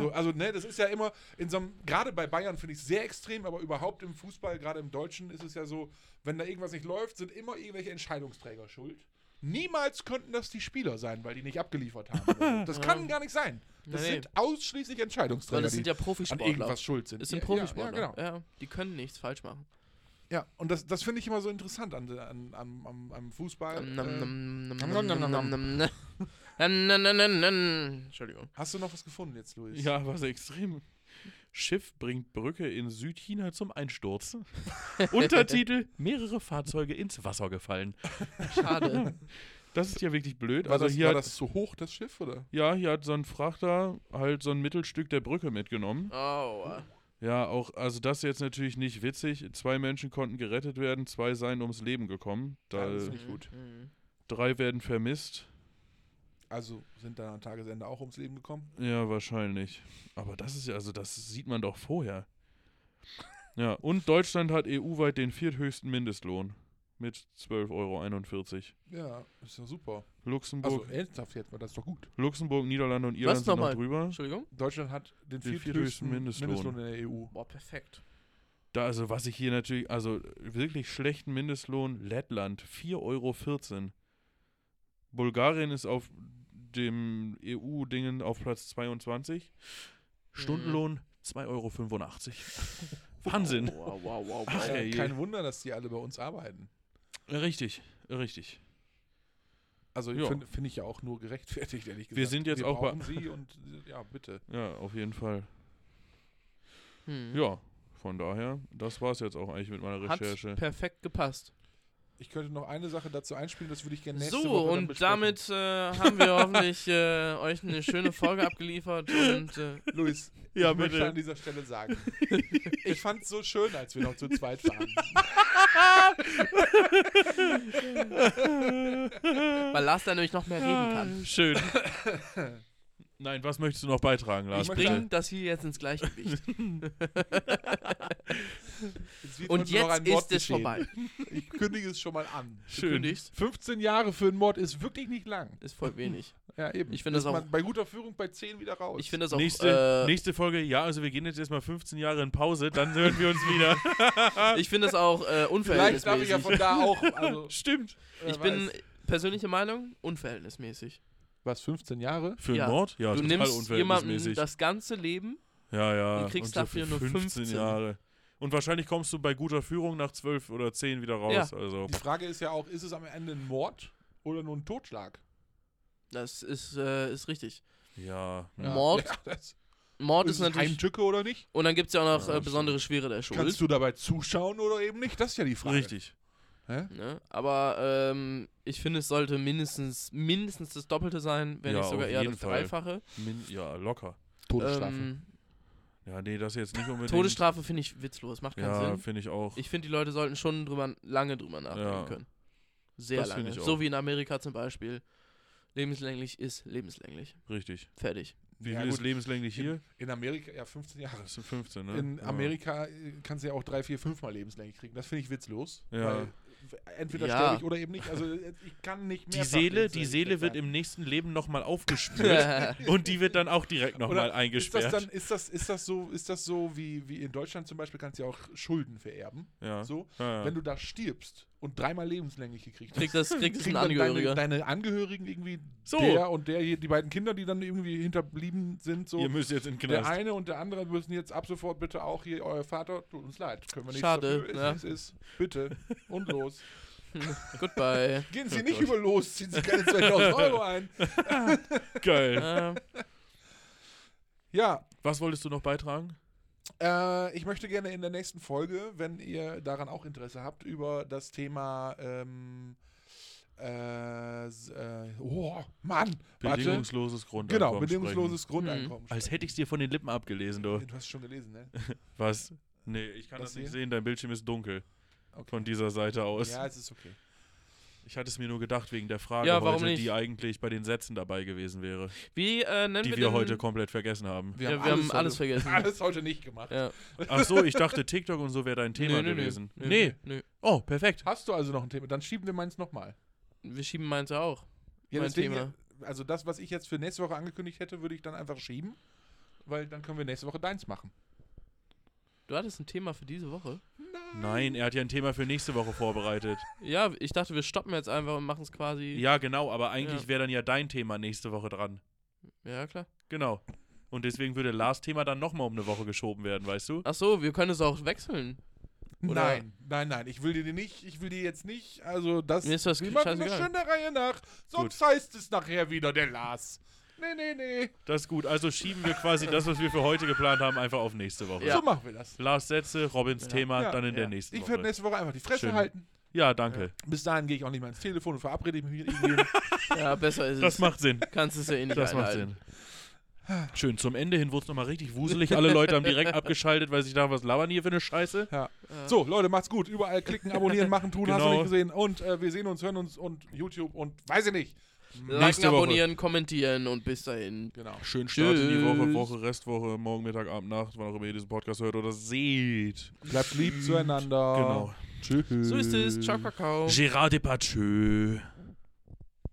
So, also, ne, das ist ja immer in so einem, gerade bei Bayern finde ich sehr extrem, aber überhaupt im Fußball, gerade im Deutschen, ist es ja so, wenn da irgendwas nicht läuft, sind immer irgendwelche Entscheidungsträger schuld. Niemals könnten das die Spieler sein, weil die nicht abgeliefert haben. oder so. Das kann gar nicht sein. Das Nee, nee. sind ausschließlich Entscheidungsträger, Weil das sind ja die an Profisportler. irgendwas schuld sind. Es sind Ja, Profisportler. Ja, ja, genau. ja, die können nichts falsch machen. Ja, und das, das finde ich immer so interessant an, an, am- am- am Fußball. Nam, äh, nam, nam, nam, nam, nam, nam, nam, nam, nam, nam. Nam, nam, nam, nam, nam. Entschuldigung. hast du noch was gefunden jetzt, Luis? Ja, was extrem. Schiff bringt Brücke in Südchina zum Einsturz. Untertitel: Mehrere Fahrzeuge ins Wasser gefallen. Schade. Das ist ja wirklich blöd. War, also das, hier war hat, das zu hoch, das Schiff, oder? ja, hier hat so ein Frachter halt so ein Mittelstück der Brücke mitgenommen. Oh. Ja, auch, also das ist jetzt natürlich nicht witzig. Zwei Menschen konnten gerettet werden, zwei seien ums Leben gekommen. Da, Ja, das finde ich gut. Mhm. drei werden vermisst. Also sind dann am Tagesende auch ums Leben gekommen. Ja, wahrscheinlich. Aber das ist ja, also das sieht man doch vorher. Ja, und Deutschland hat EU-weit den vierthöchsten Mindestlohn. mit 12,41 Euro. Ja, ist ja super. Also Luxemburg, ernsthaft jetzt, weil das ist doch gut. Luxemburg, Niederlande und Irland sind noch nochmal? drüber. Entschuldigung? Deutschland hat den, Den vierthöchsten vierthöchsten Mindestlohn. Mindestlohn in der E EU. Boah, perfekt. Da, also was ich hier natürlich, also wirklich schlechten Mindestlohn, Lettland 4,14 Euro. Bulgarien ist auf dem EU-Dingen auf Platz 22. Stundenlohn 2,85 Euro. Wahnsinn. Mhm. Wow, wow, wow, Ach, wow. ey. Ja, kein Wunder, dass die alle bei uns arbeiten. Richtig, richtig. Also Ja. finde find ich ja auch nur gerechtfertigt, ehrlich gesagt. Wir sind jetzt wir auch bei- brauchen sie und äh, ja, bitte. Ja, auf jeden Fall. Hm. Ja, von daher, das war's jetzt auch eigentlich mit meiner Hat Recherche. perfekt gepasst. Ich könnte noch eine Sache dazu einspielen, das würde ich gerne nächste Woche So, dann und besprechen. damit äh, haben wir hoffentlich äh, euch eine schöne Folge abgeliefert und äh, Luis, Ja, ich möchte bitte. an dieser Stelle sagen, ich fand es so schön, als wir noch zu zweit waren. weil Lars da nämlich noch mehr reden kann. Schön. Nein, was möchtest du noch beitragen, Lars? Ich möchte- bitte? Bring das hier jetzt ins Gleichgewicht. Es wird Und heute noch jetzt ein ist es Mordgeschehen. vorbei. Ich kündige es schon mal an. Du Schön. kündigst. 15 Jahre für einen Mord ist wirklich nicht lang. Ist voll wenig. Ja, eben. Ich finde Ist das auch- man bei guter Führung bei 10 wieder raus. Ich finde das auch. Nächste, äh, nächste Folge, ja, also wir gehen jetzt erstmal 15 Jahre in Pause, dann hören wir uns wieder. ich finde das auch äh, Vielleicht darf ich ja von unverhältnismäßig. da auch. Also, Stimmt. wer Ich bin weiß. persönliche Meinung unverhältnismäßig. Was, 15 Jahre? Für einen Ja. Mord? Ja, total du nimmst jemandem unverhältnismäßig. das ganze Leben. ja, ja. und kriegst so dafür für nur 15. Jahre. Und wahrscheinlich kommst du bei guter Führung nach 12 oder 10 wieder raus. Also. Die Frage ist ja auch, ist es am Ende ein Mord oder nur ein Totschlag? Das ist, äh, ist richtig. Ja. Ja. Mord? Ja, das, Mord ist ist, es natürlich. Heimtücke oder nicht? Und dann gibt es ja auch noch Ja, äh, stimmt. besondere Schwere der Schuld. Kannst du dabei zuschauen oder eben nicht? Das ist ja die Frage. Richtig. Hä? Ne? Aber ähm, ich finde, es sollte mindestens, mindestens das Doppelte sein, wenn Ja, nicht sogar auf eher jeden das Fall. Dreifache. Min ja, locker. Todesstrafe. Ähm, Ja, nee, das jetzt nicht unbedingt. Todesstrafe finde ich witzlos, macht keinen Ja, Sinn. finde ich auch. Ich finde, die Leute sollten schon drüber, lange drüber nachdenken Ja. können. Sehr Das lange. finde ich auch. So wie in Amerika zum Beispiel. Lebenslänglich ist lebenslänglich. Richtig. Fertig. Wie Ja, viel ist gut. lebenslänglich hier? In Amerika, ja, 15 Jahre. Das sind 15, ne? In ja. Amerika äh, kannst du ja auch drei, vier, fünfmal lebenslänglich kriegen. Das finde ich witzlos. Ja. Weil w- entweder Ja. sterbe ich oder eben nicht. Also äh, ich kann nicht mehr. Die Seele, die Seele wird im nächsten Leben nochmal aufgespürt ja, und die wird dann auch direkt nochmal ist das eingesperrt. dann, ist das, ist das so, ist das so wie, wie in Deutschland zum Beispiel kannst du ja auch Schulden vererben. ja. So, ja. wenn du da stirbst und dreimal lebenslänglich gekriegt hast, kriegt das, kriegt das ein kriegen dann deine, Angehöriger. deine Angehörigen irgendwie So. der und der hier, die beiden Kinder, die dann irgendwie hinterblieben sind, so. Ihr müsst jetzt in den Der Knast. eine und der andere müssen jetzt ab sofort bitte auch hier, euer Vater, tut uns leid, können wir nichts Schade, ne? dafür, ja. es, es ist, bitte und los. Goodbye. Gehen Sie nicht über los, ziehen Sie keine 2000 Euro ein. Geil. äh, Ja, Was wolltest du noch beitragen? äh, ich möchte gerne in der nächsten Folge, wenn ihr daran auch Interesse habt, über das Thema, ähm, äh, s- äh, oh, Mann, warte. Bedingungsloses Grundeinkommen. Genau, bedingungsloses Hm. Grundeinkommen. Sprechen. Als sprechen. hätte ich es dir von den Lippen abgelesen, du. Du hast es schon gelesen, ne? Was? Nee, ich kann Das das, nicht hier? sehen. Dein Bildschirm ist dunkel. Okay. Von dieser Seite Oh, aus. Ja, es ist okay. Ich hatte es mir nur gedacht wegen der Frage Ja, warum heute, nicht? die eigentlich bei den Sätzen dabei gewesen wäre, wie äh, nennen die wir wir den? heute komplett vergessen haben. ja, wir haben alles heute, vergessen. Alles heute nicht gemacht. Ja. Ach so, ich dachte TikTok und so wäre dein Thema Nö, nö, nö. gewesen. Nö, nee. nö. Oh, perfekt. Hast du also noch ein Thema? Dann schieben wir meins nochmal. Wir schieben meins auch. Ja, Mein deswegen, Thema. Also das, was ich jetzt für nächste Woche angekündigt hätte, würde ich dann einfach schieben, weil dann können wir nächste Woche deins machen. Du hattest ein Thema für diese Woche. Nein, er hat ja ein Thema für nächste Woche vorbereitet. Ja, ich dachte, wir stoppen jetzt einfach und machen es quasi. Ja, genau, aber eigentlich Ja. wäre dann ja dein Thema nächste Woche dran. ja, klar. Genau. Und deswegen würde Lars Thema dann nochmal um eine Woche geschoben werden, weißt du? Ach so, wir können es auch wechseln. Oder- Nein, nein, nein. Ich will dir die nicht, ich will dir jetzt nicht. Also das. Mir ist das wir machen das scheißegal. schön der Reihe nach. Sonst heißt es nachher wieder der Lars. Nee, nee, nee. Das ist gut. Also schieben wir quasi das, was wir für heute geplant haben, einfach auf nächste Woche. Ja. So machen wir das. Lars Sätze, Robins Thema, Ja, dann in ja. der nächsten Ich werde Woche. nächste Woche einfach die Fresse Schön. halten. Ja, danke. Bis dahin gehe ich auch nicht mehr ins Telefon und verabrede mich mit irgendjemandem. Ja, besser ist Das es. macht Sinn. Kannst es ja eh nicht Das macht einhalten. Sinn. Schön, zum Ende hin wurde es nochmal richtig wuselig. Alle Leute haben direkt abgeschaltet, weil sich da was labern hier für eine Scheiße. So, Leute, macht's gut. Überall klicken, abonnieren, machen, tun. Hast du Genau. nicht gesehen. Und äh, wir sehen uns, hören uns und YouTube und weiß ich nicht. Liken, Nächste Woche. abonnieren, kommentieren und bis dahin. Genau. Schön Start in die Woche, Tschüss. Woche, Restwoche, morgen, Mittag, Abend, Nacht, wann auch immer ihr diesen Podcast hört oder seht. Bleibt lieb zueinander. Genau. Ah. Tschüss. So ist es. Ciao, Kakao. Gérard Depardieu.